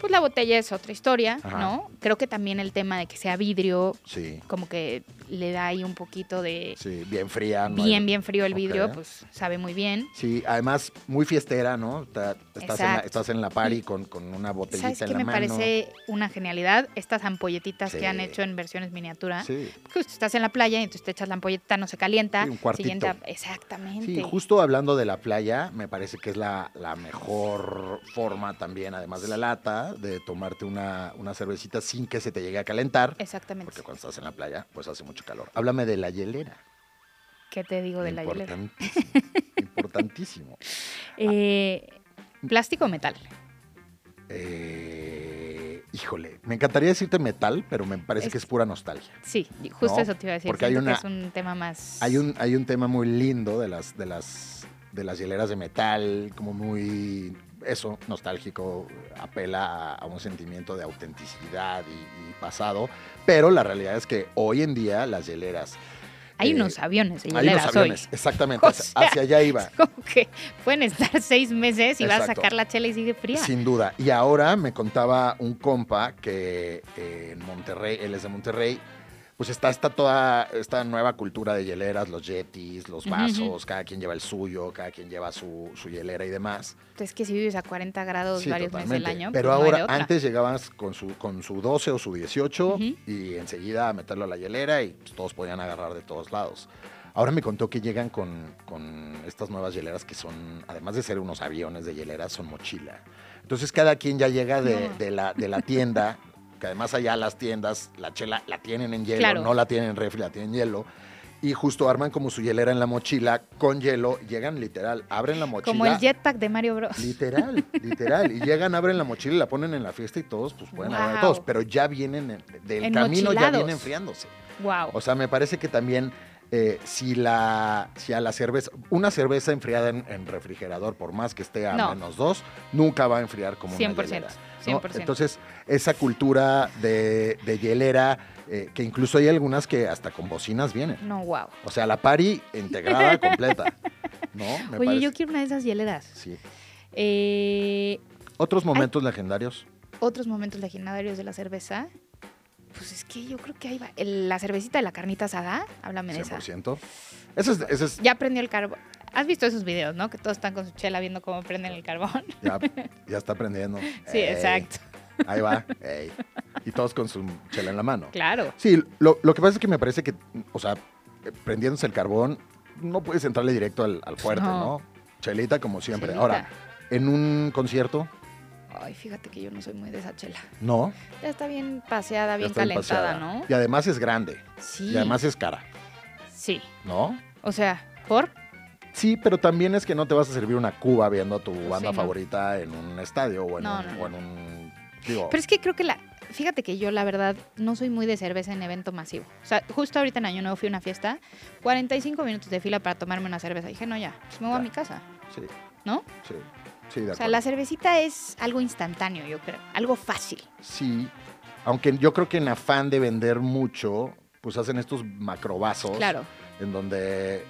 Speaker 4: Pues la botella es otra historia,
Speaker 3: Ajá.
Speaker 4: ¿no? Creo que también el tema de que sea vidrio,
Speaker 3: Sí.
Speaker 4: como que le da ahí un poquito de
Speaker 3: Sí, bien fría. Ah, no
Speaker 4: bien,
Speaker 3: hay-
Speaker 4: bien frío el
Speaker 3: Ok.
Speaker 4: vidrio, pues sabe muy bien.
Speaker 3: Sí, además muy fiestera, ¿no? Ta- estás, en la,
Speaker 4: Exacto.
Speaker 3: estás en la party con, con una botellita
Speaker 4: ¿Sabes
Speaker 3: en
Speaker 4: qué
Speaker 3: la
Speaker 4: me
Speaker 3: mano.
Speaker 4: parece una genialidad? Estas ampolletitas
Speaker 3: Sí.
Speaker 4: que han hecho en versiones miniatura.
Speaker 3: Sí.
Speaker 4: Justo estás en la playa y entonces te echas la ampolleta, no se calienta.
Speaker 3: Sí, un cuartito.
Speaker 4: siguiente am- exactamente.
Speaker 3: Sí, justo hablando de la playa, me parece que es la, la mejor forma también, además de la lata, de tomarte una, una cervecita sin que se te llegue a calentar.
Speaker 4: Exactamente.
Speaker 3: Porque cuando estás en la playa, pues hace mucho calor. Háblame de la hielera.
Speaker 4: ¿Qué te digo de la hielera?
Speaker 3: Importantísimo, Importantísimo.
Speaker 4: Eh, ¿Plástico o metal?
Speaker 3: Eh, híjole, me encantaría decirte metal, pero me parece
Speaker 4: Es-
Speaker 3: que es pura nostalgia.
Speaker 4: Sí, justo
Speaker 3: No,
Speaker 4: eso te iba a decir.
Speaker 3: porque hay
Speaker 4: siento que
Speaker 3: una-
Speaker 4: es un tema más...
Speaker 3: Hay un, hay un tema muy lindo de las, de las, de las hieleras de metal, como muy eso, nostálgico, apela a, a un sentimiento de autenticidad y, y pasado. Pero la realidad es que hoy en día las hieleras.
Speaker 4: Hay
Speaker 3: eh,
Speaker 4: unos aviones de
Speaker 3: Hay unos
Speaker 4: hieleras hoy.
Speaker 3: aviones, exactamente.
Speaker 4: O
Speaker 3: hacia- hacia allá iba.
Speaker 4: Como que pueden estar seis meses y vas a
Speaker 3: Exacto.
Speaker 4: sacar la chela y sigue fría.
Speaker 3: Sin duda. Y ahora me contaba un compa que eh, en Monterrey, él es de Monterrey, pues está, está toda esta nueva cultura de hieleras, los yetis, los
Speaker 4: Ujú,
Speaker 3: vasos,
Speaker 4: ujú.
Speaker 3: cada quien lleva el suyo, cada quien lleva su, su hielera y demás.
Speaker 4: Es que si vives a 40 grados
Speaker 3: Sí,
Speaker 4: varios meses
Speaker 3: totalmente.
Speaker 4: del año,
Speaker 3: Pero
Speaker 4: pues no hay
Speaker 3: ahora,
Speaker 4: de otra.
Speaker 3: antes llegabas con su, con su 12 o su 18
Speaker 4: Ujú.
Speaker 3: y enseguida a meterlo a la hielera y pues, todos podían agarrar de todos lados. Ahora me contó que llegan con, con estas nuevas hieleras que son, además de ser unos aviones de hieleras, son mochila. Entonces cada quien ya llega de,
Speaker 4: No.
Speaker 3: de la, de la tienda, que además allá las tiendas, la chela la tienen en hielo,
Speaker 4: Claro.
Speaker 3: no la tienen en refri, la tienen en hielo. Y justo arman como su hielera en la mochila con hielo, llegan literal, abren la mochila.
Speaker 4: Como el jetpack de Mario Bros.
Speaker 3: Literal, literal. Y llegan, abren la mochila y la ponen en la fiesta y todos, pues pueden hablar de
Speaker 4: Wow.
Speaker 3: todos. Pero ya vienen, en- del camino ya
Speaker 4: Enmochilados.
Speaker 3: vienen enfriándose.
Speaker 4: Wow.
Speaker 3: O sea, me parece que también eh, si, la, si a la cerveza, una cerveza enfriada en, en refrigerador, por más que esté a
Speaker 4: No.
Speaker 3: menos dos, nunca va a enfriar como una
Speaker 4: 100%.
Speaker 3: hielera. ¿no?
Speaker 4: 100%.
Speaker 3: Entonces, esa cultura de, de hielera, eh, que incluso hay algunas que hasta con bocinas vienen.
Speaker 4: no, wow.
Speaker 3: O sea, la party integrada completa. ¿No? Me
Speaker 4: Oye,
Speaker 3: parece-
Speaker 4: yo quiero una de esas hieleras.
Speaker 3: Sí.
Speaker 4: Eh,
Speaker 3: Otros momentos legendarios.
Speaker 4: otros momentos legendarios de la cerveza. Pues es que yo creo que ahí va. el- la cervecita de la carnita asada, háblame de esa.
Speaker 3: 100%. Eso es, eso es
Speaker 4: Ya prendió el carbón. ¿Has visto esos videos, no? Que todos están con su chela viendo cómo prenden el carbón.
Speaker 3: ya, ya está aprendiendo.
Speaker 4: Sí,
Speaker 3: Ey,
Speaker 4: exacto.
Speaker 3: Ahí va. ey. Y todos con su chela en la mano.
Speaker 4: Claro.
Speaker 3: Sí, lo, lo que pasa es que me parece que, o sea, eh, prendiéndose el carbón, no puedes entrarle directo al, al fuerte,
Speaker 4: No.
Speaker 3: no. Chelita como siempre.
Speaker 4: Chelita.
Speaker 3: Ahora, en un concierto,
Speaker 4: Ay, fíjate que yo no soy muy de esa chela.
Speaker 3: no.
Speaker 4: Ya está bien paseada,
Speaker 3: ya
Speaker 4: bien
Speaker 3: está
Speaker 4: calentada,
Speaker 3: paseada.
Speaker 4: ¿no?
Speaker 3: Y además es grande.
Speaker 4: Sí.
Speaker 3: Y además es cara,
Speaker 4: Sí.
Speaker 3: ¿no?
Speaker 4: O sea, por.
Speaker 3: Sí, pero también es que no te vas a servir una cuba viendo a tu
Speaker 4: Pues
Speaker 3: banda
Speaker 4: sí, no.
Speaker 3: favorita en un estadio o en,
Speaker 4: No,
Speaker 3: un,
Speaker 4: no, no.
Speaker 3: o en un- digo,
Speaker 4: Pero es que creo que la. Fíjate que yo, la verdad, no soy muy de cerveza en evento masivo. O sea, justo ahorita en Año Nuevo fui a una fiesta, 45 minutos de fila para tomarme una cerveza. Dije, no, ya, pues me voy a
Speaker 3: Ya.
Speaker 4: mi casa,
Speaker 3: sí,
Speaker 4: ¿no?
Speaker 3: sí, sí, de
Speaker 4: O sea,
Speaker 3: acuerdo.
Speaker 4: la cervecita es algo instantáneo, yo creo. Algo fácil.
Speaker 3: Sí, aunque yo creo que en afán de vender mucho, pues hacen estos macrobazos
Speaker 4: Claro,
Speaker 3: en donde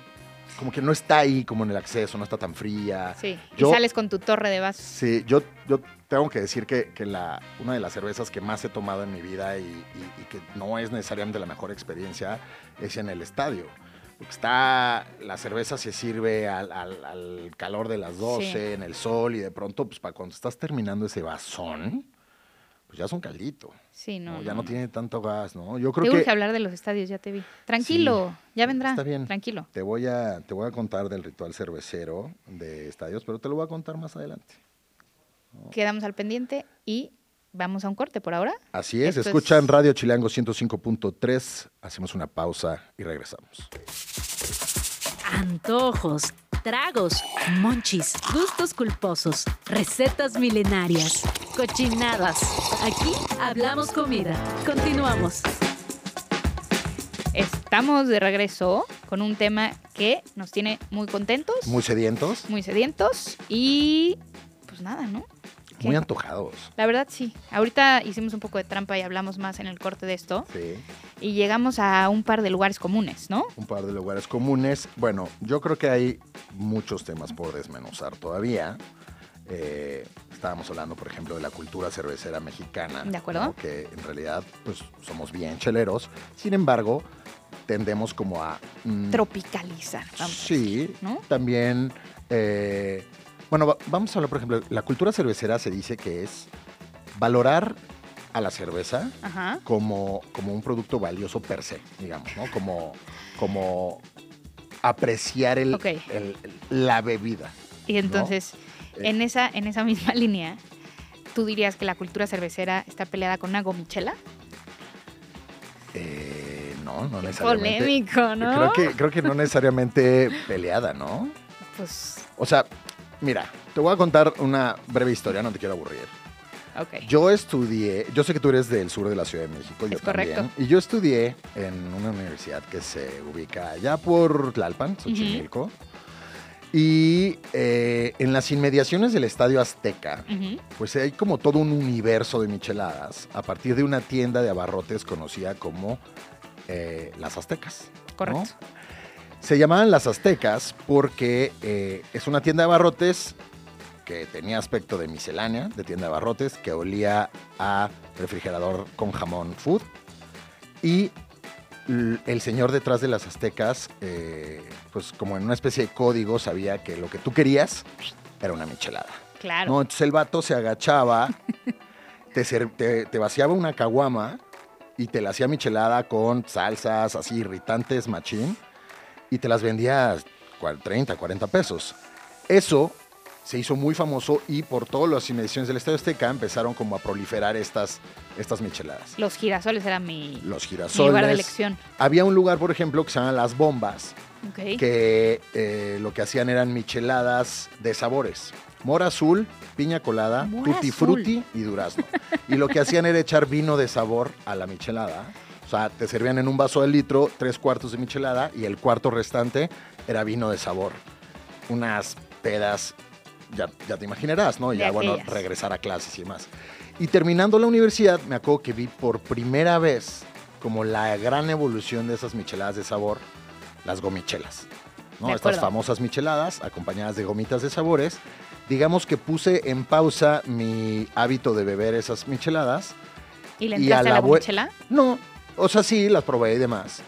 Speaker 3: como que no está ahí como en el acceso, no está tan fría.
Speaker 4: sí.
Speaker 3: Yo-
Speaker 4: Y sales con tu torre de vasos.
Speaker 3: Sí, yo, yo tengo que decir que, que la, una de las cervezas que más he tomado en mi vida y, y- y que no es necesariamente la mejor experiencia es en el estadio. Porque está, la cerveza se sirve al, al- al calor de las 12,
Speaker 4: Sí.
Speaker 3: en el sol, y de pronto, pues para cuando estás terminando ese vasón, pues ya es un caldito.
Speaker 4: Sí, no.
Speaker 3: ¿no? ya no tiene tanto gas, ¿no? Yo
Speaker 4: Te
Speaker 3: creo
Speaker 4: urge
Speaker 3: que
Speaker 4: hablar de los estadios, ya te vi. Tranquilo, ya vendrá.
Speaker 3: Está bien.
Speaker 4: Tranquilo.
Speaker 3: te voy, a, te voy a contar del ritual cervecero de estadios, pero te lo voy a contar más adelante.
Speaker 4: Quedamos al pendiente y vamos a un corte por ahora.
Speaker 3: Así es,
Speaker 4: Esto
Speaker 3: escuchan
Speaker 4: es-
Speaker 3: Radio Chilango 105.3, hacemos una pausa y regresamos.
Speaker 1: Antojos, tragos, monchis, gustos culposos, recetas milenarias, cochinadas. Aquí hablamos comida. Continuamos.
Speaker 4: Estamos de regreso con un tema que nos tiene muy contentos, muy,
Speaker 3: Muy sedientos,
Speaker 4: sedientos y pues nada, ¿no? ¿Qué?
Speaker 3: muy antojados.
Speaker 4: La verdad sí. Ahorita hicimos un poco de trampa y hablamos más en el corte de esto
Speaker 3: Sí,
Speaker 4: y llegamos a un par de lugares comunes, ¿no?
Speaker 3: un par de lugares comunes. Bueno, yo creo que hay muchos temas por desmenuzar todavía. Eh, estábamos hablando, por ejemplo, de la cultura cervecera mexicana.
Speaker 4: De acuerdo.
Speaker 3: ¿no? Que en realidad, pues, somos bien cheleros. Sin embargo, tendemos como a... mm,
Speaker 4: Tropicalizar. vamos.
Speaker 3: Sí,
Speaker 4: ¿no?
Speaker 3: también... eh, bueno, va- vamos a hablar, por ejemplo, la cultura cervecera se dice que es valorar a la cerveza
Speaker 4: Ajá.
Speaker 3: como, como un producto valioso per se, digamos, ¿no? Como, como apreciar el,
Speaker 4: Ok.
Speaker 3: el- el- la bebida.
Speaker 4: Y entonces,
Speaker 3: Eh.
Speaker 4: en, esa, en esa misma línea, ¿tú dirías que la cultura cervecera está peleada con una gomichela?
Speaker 3: Eh, no, no necesariamente.
Speaker 4: Polémico,
Speaker 3: Creo
Speaker 4: ¿no?
Speaker 3: que, creo que no necesariamente peleada, ¿no?
Speaker 4: Pues,
Speaker 3: O sea, mira, te voy a contar una breve historia, no te quiero aburrir.
Speaker 4: ok.
Speaker 3: Yo estudié, yo sé que tú eres del sur de la Ciudad de México, yo
Speaker 4: Es correcto.
Speaker 3: también. Y yo estudié en una universidad que se ubica allá por Tlalpan, Xochimilco. Y eh, en las inmediaciones del Estadio Azteca,
Speaker 4: Ujú.
Speaker 3: pues hay como todo un universo de micheladas a partir de una tienda de abarrotes conocida como eh, Las Aztecas. ¿no?
Speaker 4: Correcto.
Speaker 3: Se llamaban Las Aztecas porque eh, es una tienda de abarrotes que tenía aspecto de miscelánea, de tienda de abarrotes, que olía a refrigerador con jamón food. Y l- el señor detrás de Las Aztecas, eh, pues como en una especie de código, sabía que lo que tú querías era una michelada.
Speaker 4: Claro.
Speaker 3: No, entonces el vato se agachaba, te, ser- te- te vaciaba una caguama y te la hacía michelada con salsas así irritantes, machín, y te las vendía a cua- 30, 40 pesos. Eso se hizo muy famoso y por todas las inmediaciones del Estadio Azteca empezaron como a proliferar estas, estas micheladas.
Speaker 4: Los girasoles eran mi,
Speaker 3: Los
Speaker 4: mi lugar de
Speaker 3: girasoles.
Speaker 4: elección.
Speaker 3: Había un lugar, por ejemplo, que se llama Las Bombas,
Speaker 4: Ok.
Speaker 3: que eh, lo que hacían eran micheladas de sabores. Mora azul, piña colada,
Speaker 4: Mora
Speaker 3: tutti
Speaker 4: azul.
Speaker 3: frutti y durazno. Y lo que hacían era echar vino de sabor a la michelada. O sea, te servían en un vaso de litro tres cuartos de michelada y el cuarto restante era vino de sabor. Unas pedas, ya, ya te imaginarás, ¿no?
Speaker 4: De
Speaker 3: Ya, bueno,
Speaker 4: aquellas.
Speaker 3: regresar a clases y más. Y terminando la universidad, me acuerdo que vi por primera vez como la gran evolución de esas micheladas de sabor, las gomichelas. ¿no?
Speaker 4: De
Speaker 3: Estas
Speaker 4: acuerdo.
Speaker 3: famosas micheladas acompañadas de gomitas de sabores. Digamos que puse en pausa mi hábito de beber esas micheladas.
Speaker 4: ¿Y le
Speaker 3: y a
Speaker 4: entraste a
Speaker 3: la
Speaker 4: la,
Speaker 3: abue-
Speaker 4: gomichela?
Speaker 3: No, o sea, sí, las probé y demás.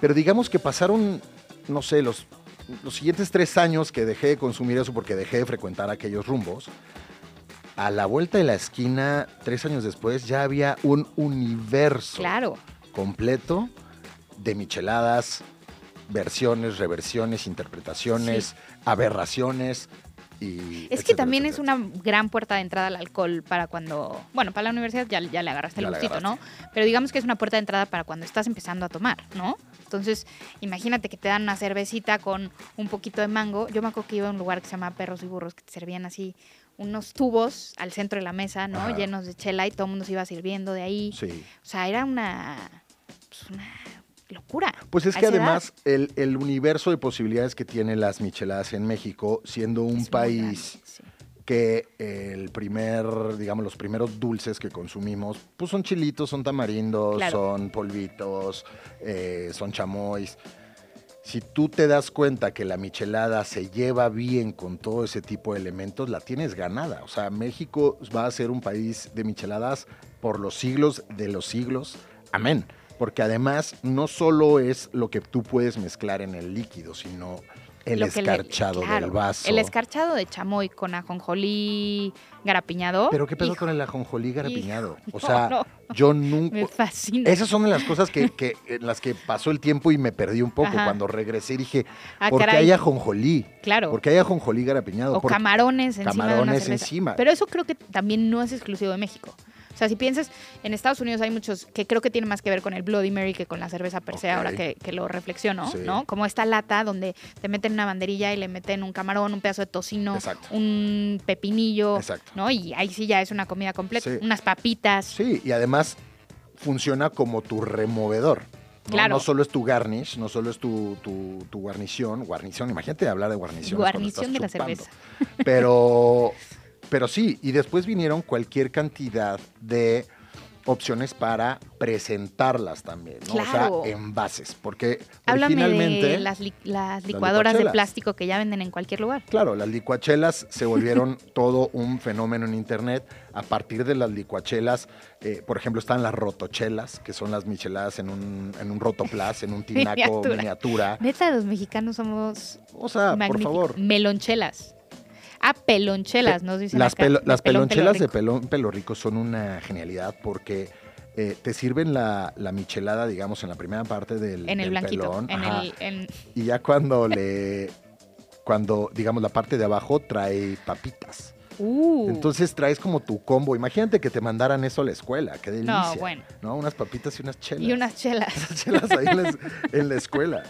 Speaker 3: Pero digamos que pasaron, no sé, los, los siguientes tres años que dejé de consumir eso porque dejé de frecuentar aquellos rumbos. A la vuelta de la esquina, tres años después, ya había un universo
Speaker 4: Claro.
Speaker 3: completo de micheladas, versiones, reversiones, interpretaciones, aberraciones y...
Speaker 4: Es que también es una gran puerta de entrada al alcohol para cuando, bueno, para la universidad ya, ya le agarraste
Speaker 3: Ya
Speaker 4: el
Speaker 3: le
Speaker 4: gustito, ¿no? Pero digamos que es una puerta de entrada para cuando estás empezando a tomar, ¿no? Entonces, imagínate que te dan una cervecita con un poquito de mango. Yo me acuerdo que iba a un lugar que se llama Perros y Burros, que te servían así unos tubos al centro de la mesa, ¿no?
Speaker 3: Ajá.
Speaker 4: Llenos de chela y todo el mundo se iba sirviendo de ahí.
Speaker 3: Sí.
Speaker 4: O sea, era una, pues, una locura.
Speaker 3: Pues es
Speaker 4: A
Speaker 3: que
Speaker 4: esa edad,
Speaker 3: además el, el universo de posibilidades que tienen las micheladas en México, siendo
Speaker 4: es
Speaker 3: un
Speaker 4: muy
Speaker 3: país
Speaker 4: grande, sí.
Speaker 3: que el primer, digamos, los primeros dulces que consumimos, pues son chilitos, son tamarindos,
Speaker 4: Claro.
Speaker 3: son polvitos, eh, son chamois. Si tú te das cuenta que la michelada se lleva bien con todo ese tipo de elementos, la tienes ganada. O sea, México va a ser un país de micheladas por los siglos de los siglos. Amén. Porque además no solo es lo que tú puedes mezclar en el líquido, sino el
Speaker 4: lo que le-
Speaker 3: escarchado
Speaker 4: claro,
Speaker 3: del vaso.
Speaker 4: El escarchado de chamoy con ajonjolí garapiñado.
Speaker 3: Pero qué pedo
Speaker 4: hijo,
Speaker 3: con el ajonjolí garapiñado.
Speaker 4: hijo,
Speaker 3: o sea,
Speaker 4: no,
Speaker 3: yo
Speaker 4: me
Speaker 3: nunca.
Speaker 4: fascina.
Speaker 3: Esas son de las cosas que, que- en las que pasó el tiempo y me perdí un poco.
Speaker 4: Ajá.
Speaker 3: Cuando regresé dije,
Speaker 4: Ah,
Speaker 3: ¿por qué
Speaker 4: caray,
Speaker 3: hay ajonjolí?
Speaker 4: Claro.
Speaker 3: ¿Por qué hay ajonjolí garapiñado?
Speaker 4: o
Speaker 3: ¿Por qué?
Speaker 4: camarones encima de una
Speaker 3: camarones
Speaker 4: cerveza.
Speaker 3: encima.
Speaker 4: Pero eso creo que también no es exclusivo de México. O sea, si piensas, en Estados Unidos hay muchos que creo que tienen más que ver con el Bloody Mary que con la cerveza per se,
Speaker 3: Ok.
Speaker 4: ahora que, que lo reflexiono,
Speaker 3: Sí.
Speaker 4: ¿no? Como esta lata donde te meten una banderilla y le meten un camarón, un pedazo de tocino,
Speaker 3: Exacto.
Speaker 4: un pepinillo,
Speaker 3: Exacto.
Speaker 4: ¿no? Y ahí sí ya es una comida completa.
Speaker 3: Sí.
Speaker 4: Unas papitas.
Speaker 3: Pues Sí, y además funciona como tu removedor. ¿no?
Speaker 4: Claro.
Speaker 3: No solo es tu garnish, no solo es tu, tu- tu guarnición. Guarnición, imagínate hablar de guarnición.
Speaker 4: Guarnición de la cerveza.
Speaker 3: Pero, pero sí, y después vinieron cualquier cantidad de opciones para presentarlas también, ¿no? O
Speaker 4: Claro.
Speaker 3: sea, envases, porque
Speaker 4: Háblame
Speaker 3: originalmente...
Speaker 4: de las, li- las licuadoras de
Speaker 3: licuachelas.
Speaker 4: plástico que ya venden en cualquier lugar.
Speaker 3: Claro, las licuachelas se volvieron todo un fenómeno en Internet. A partir de las licuachelas, eh, por ejemplo, están las rotochelas, que son las micheladas en un, en un rotoplas, en un tinaco
Speaker 4: Miniatura.
Speaker 3: miniatura.
Speaker 4: Neta, los mexicanos somos
Speaker 3: O sea, Ah, por
Speaker 4: magníficos.
Speaker 3: favor.
Speaker 4: Melonchelas. Ah, pelonchelas, nos dicen
Speaker 3: Las,
Speaker 4: acá,
Speaker 3: pelo-
Speaker 4: de
Speaker 3: las
Speaker 4: pelón,
Speaker 3: pelonchelas de
Speaker 4: pelorrico.
Speaker 3: pelón pelorrico son una genialidad porque eh, te sirven la, la michelada, digamos, en la primera parte del,
Speaker 4: En el
Speaker 3: del
Speaker 4: blanquito.
Speaker 3: pelón.
Speaker 4: en
Speaker 3: Ajá.
Speaker 4: el, en-
Speaker 3: Y ya cuando le... Cuando, digamos, la parte de abajo trae papitas.
Speaker 4: Uh,
Speaker 3: Entonces traes como tu combo. Imagínate que te mandaran eso a la escuela. Qué delicia.
Speaker 4: no, bueno.
Speaker 3: ¿no? Unas papitas y unas chelas.
Speaker 4: Y unas chelas.
Speaker 3: Esas chelas ahí en la, en la escuela,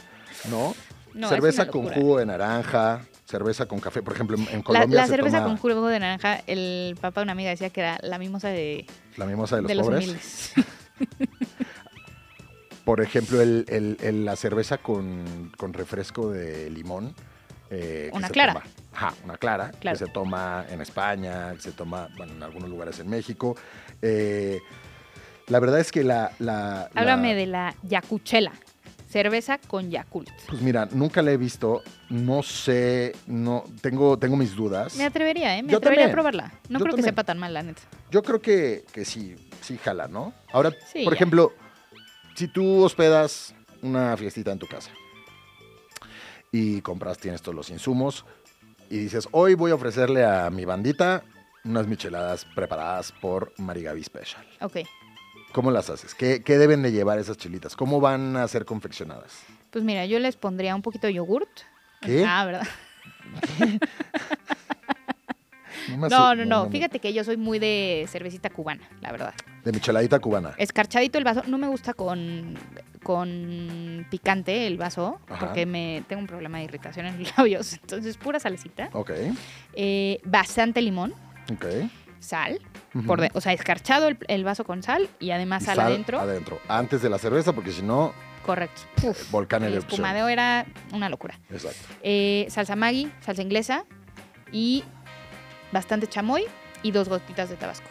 Speaker 3: ¿no?
Speaker 4: No, es
Speaker 3: cerveza
Speaker 4: una
Speaker 3: con
Speaker 4: locura.
Speaker 3: jugo de naranja, cerveza con café. Por ejemplo, en, en
Speaker 4: La,
Speaker 3: Colombia
Speaker 4: la
Speaker 3: se
Speaker 4: cerveza
Speaker 3: toma
Speaker 4: con jugo de naranja, el papá de una amiga decía que era la mimosa de,
Speaker 3: la mimosa de los
Speaker 4: de los
Speaker 3: pobres.
Speaker 4: humildes.
Speaker 3: Por ejemplo, el, el- el- la cerveza con, con refresco de limón. eh, que
Speaker 4: Una
Speaker 3: se
Speaker 4: clara.
Speaker 3: toma- ajá, una clara.
Speaker 4: Claro.
Speaker 3: Que se toma en España, que se toma bueno, en algunos lugares en México. Eh, la verdad es que la... la- la-
Speaker 4: Háblame de la yacuchela. Cerveza con Yakult.
Speaker 3: Pues mira, nunca la he visto, no sé, no tengo, tengo mis dudas.
Speaker 4: Me atrevería, ¿eh? Me
Speaker 3: Yo
Speaker 4: atrevería
Speaker 3: también.
Speaker 4: a probarla. No
Speaker 3: Yo
Speaker 4: creo que
Speaker 3: también.
Speaker 4: sepa tan mal, la neta.
Speaker 3: Yo creo que, que sí, sí jala, ¿no? Ahora,
Speaker 4: Sí,
Speaker 3: por
Speaker 4: ya.
Speaker 3: ejemplo, si tú hospedas una fiestita en tu casa y compras, tienes todos los insumos y dices, hoy voy a ofrecerle a mi bandita unas micheladas preparadas por Marigaby Special.
Speaker 4: Ok.
Speaker 3: ¿Cómo las haces? ¿Qué, qué deben de llevar esas chilitas? ¿Cómo van a ser confeccionadas?
Speaker 4: Pues mira, yo les pondría un poquito de yogurt.
Speaker 3: ¿Qué?
Speaker 4: Ah, ¿verdad?
Speaker 3: me
Speaker 4: No,
Speaker 3: asu-
Speaker 4: no, no. Fíjate que yo soy muy de cervecita cubana, la verdad.
Speaker 3: De micheladita cubana.
Speaker 4: Escarchadito el vaso. No me gusta con, con picante el vaso,
Speaker 3: Ajá.
Speaker 4: porque me tengo un problema de irritación en los labios. Entonces, pura salecita.
Speaker 3: Ok,
Speaker 4: Eh, bastante limón,
Speaker 3: ok.
Speaker 4: sal.
Speaker 3: Ujú.
Speaker 4: por de- o sea, escarchado el, el vaso con sal y además
Speaker 3: Y
Speaker 4: sal,
Speaker 3: sal
Speaker 4: adentro.
Speaker 3: Adentro. Antes de la cerveza, porque si no,
Speaker 4: Correcto. Puf.
Speaker 3: volcán
Speaker 4: El
Speaker 3: de erupción.
Speaker 4: espumadeo era una locura.
Speaker 3: Exacto.
Speaker 4: Eh, salsa Maggi, salsa inglesa y bastante chamoy y dos gotitas de tabasco.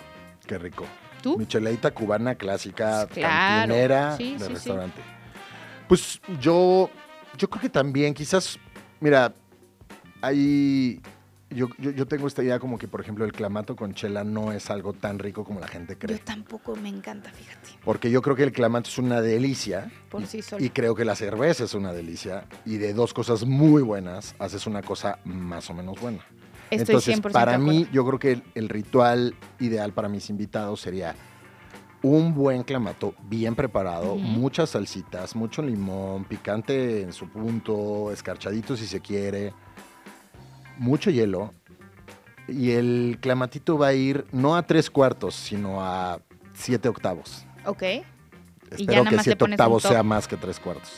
Speaker 3: Qué rico.
Speaker 4: ¿Tú?
Speaker 3: Micheladita cubana clásica,
Speaker 4: Claro.
Speaker 3: cantinera
Speaker 4: Sí,
Speaker 3: de
Speaker 4: sí, sí.
Speaker 3: restaurante. Pues yo, yo creo que también, quizás, mira, hay. Yo, yo, yo tengo esta idea como que, por ejemplo, el clamato con chela no es algo tan rico como la gente cree.
Speaker 4: Yo tampoco me encanta, fíjate.
Speaker 3: Porque yo creo que el clamato es una delicia.
Speaker 4: Por
Speaker 3: y,
Speaker 4: sí solo.
Speaker 3: y creo que la cerveza es una delicia. Y de dos cosas muy buenas, haces una cosa más o menos buena.
Speaker 4: Estoy
Speaker 3: Entonces,
Speaker 4: 100% de
Speaker 3: para
Speaker 4: acuerdo.
Speaker 3: mí, yo creo que el, el ritual ideal para mis invitados sería un buen clamato bien preparado,
Speaker 4: Ujú.
Speaker 3: muchas salsitas, mucho limón, picante en su punto, escarchadito si se quiere, mucho hielo. Y el clamatito va a ir no a tres cuartos, sino a siete octavos.
Speaker 4: Ok. ya
Speaker 3: Espero
Speaker 4: nada
Speaker 3: que
Speaker 4: más le
Speaker 3: siete
Speaker 4: pones un
Speaker 3: octavos
Speaker 4: top.
Speaker 3: sea más que tres cuartos.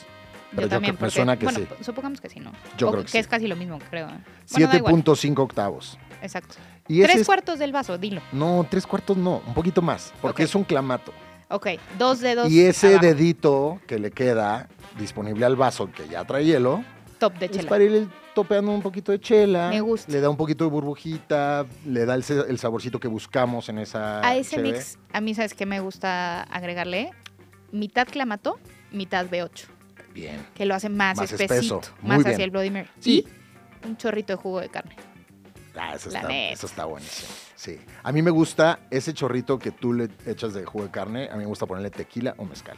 Speaker 3: Pero yo
Speaker 4: yo
Speaker 3: creo-
Speaker 4: también,
Speaker 3: me
Speaker 4: porque-
Speaker 3: suena que
Speaker 4: bueno,
Speaker 3: sí.
Speaker 4: p- supongamos que sí, ¿no?
Speaker 3: Yo
Speaker 4: O
Speaker 3: creo que sí.
Speaker 4: es casi lo mismo, creo. Bueno, da igual.
Speaker 3: 7.5 octavos.
Speaker 4: Exacto.
Speaker 3: Y
Speaker 4: Tres
Speaker 3: ese es-
Speaker 4: cuartos del vaso, dilo.
Speaker 3: No, tres cuartos no, un poquito más, porque
Speaker 4: Ok.
Speaker 3: es un clamato.
Speaker 4: Ok, dos dedos.
Speaker 3: Y ese
Speaker 4: abajo,
Speaker 3: dedito que le queda disponible al vaso que ya trae hielo,
Speaker 4: top de
Speaker 3: es
Speaker 4: chela.
Speaker 3: para ir topeando un poquito de chela.
Speaker 4: Me gusta.
Speaker 3: Le da un poquito de burbujita, le da el, se- el saborcito que buscamos en esa.
Speaker 4: A ese
Speaker 3: cheve.
Speaker 4: mix, a mí, ¿sabes qué me gusta agregarle? Mitad clamato, mitad B8,
Speaker 3: Bien.
Speaker 4: que lo hace más,
Speaker 3: Más
Speaker 4: espesito,
Speaker 3: espeso, muy
Speaker 4: más hacia
Speaker 3: bien.
Speaker 4: el Bloody Mary.
Speaker 3: Sí.
Speaker 4: Y un chorrito de jugo de carne.
Speaker 3: Ah, eso
Speaker 4: La
Speaker 3: está,
Speaker 4: neta.
Speaker 3: eso está buenísimo. Sí. A mí me gusta ese chorrito que tú le echas de jugo de carne, a mí me gusta ponerle tequila o mezcal.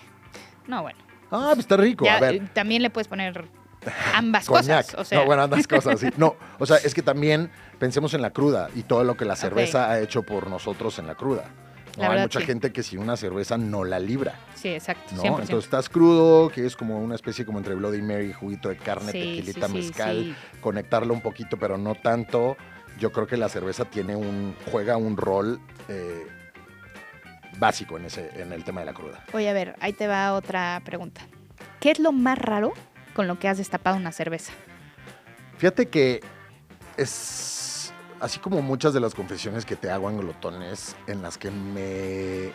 Speaker 4: No, bueno.
Speaker 3: Ah, pues está rico.
Speaker 4: ya,
Speaker 3: a ver.
Speaker 4: eh, También le puedes poner ambas
Speaker 3: Coñac.
Speaker 4: cosas. O sea,
Speaker 3: no, bueno, otras cosas, sí. No, o sea, es que también pensemos en la cruda y todo lo que la cerveza ha hecho por nosotros en la cruda. No,
Speaker 4: La
Speaker 3: hay
Speaker 4: verdad,
Speaker 3: mucha
Speaker 4: sí.
Speaker 3: gente que si una cerveza no la libra,
Speaker 4: sí, exacto.
Speaker 3: ¿no?
Speaker 4: 100%.
Speaker 3: Entonces estás crudo, que es como una especie como entre Bloody Mary, juguito de carne,
Speaker 4: Sí,
Speaker 3: tequilita,
Speaker 4: sí, sí,
Speaker 3: mezcal,
Speaker 4: sí.
Speaker 3: conectarlo un poquito, pero no tanto. Yo creo que la cerveza tiene un, juega un rol eh, básico en ese, en el tema de la cruda.
Speaker 4: Oye, a ver, ahí te va otra pregunta. ¿Qué es lo más raro con lo que has destapado una cerveza?
Speaker 3: Fíjate que es así como muchas de las confesiones que te hago anglotones en las que me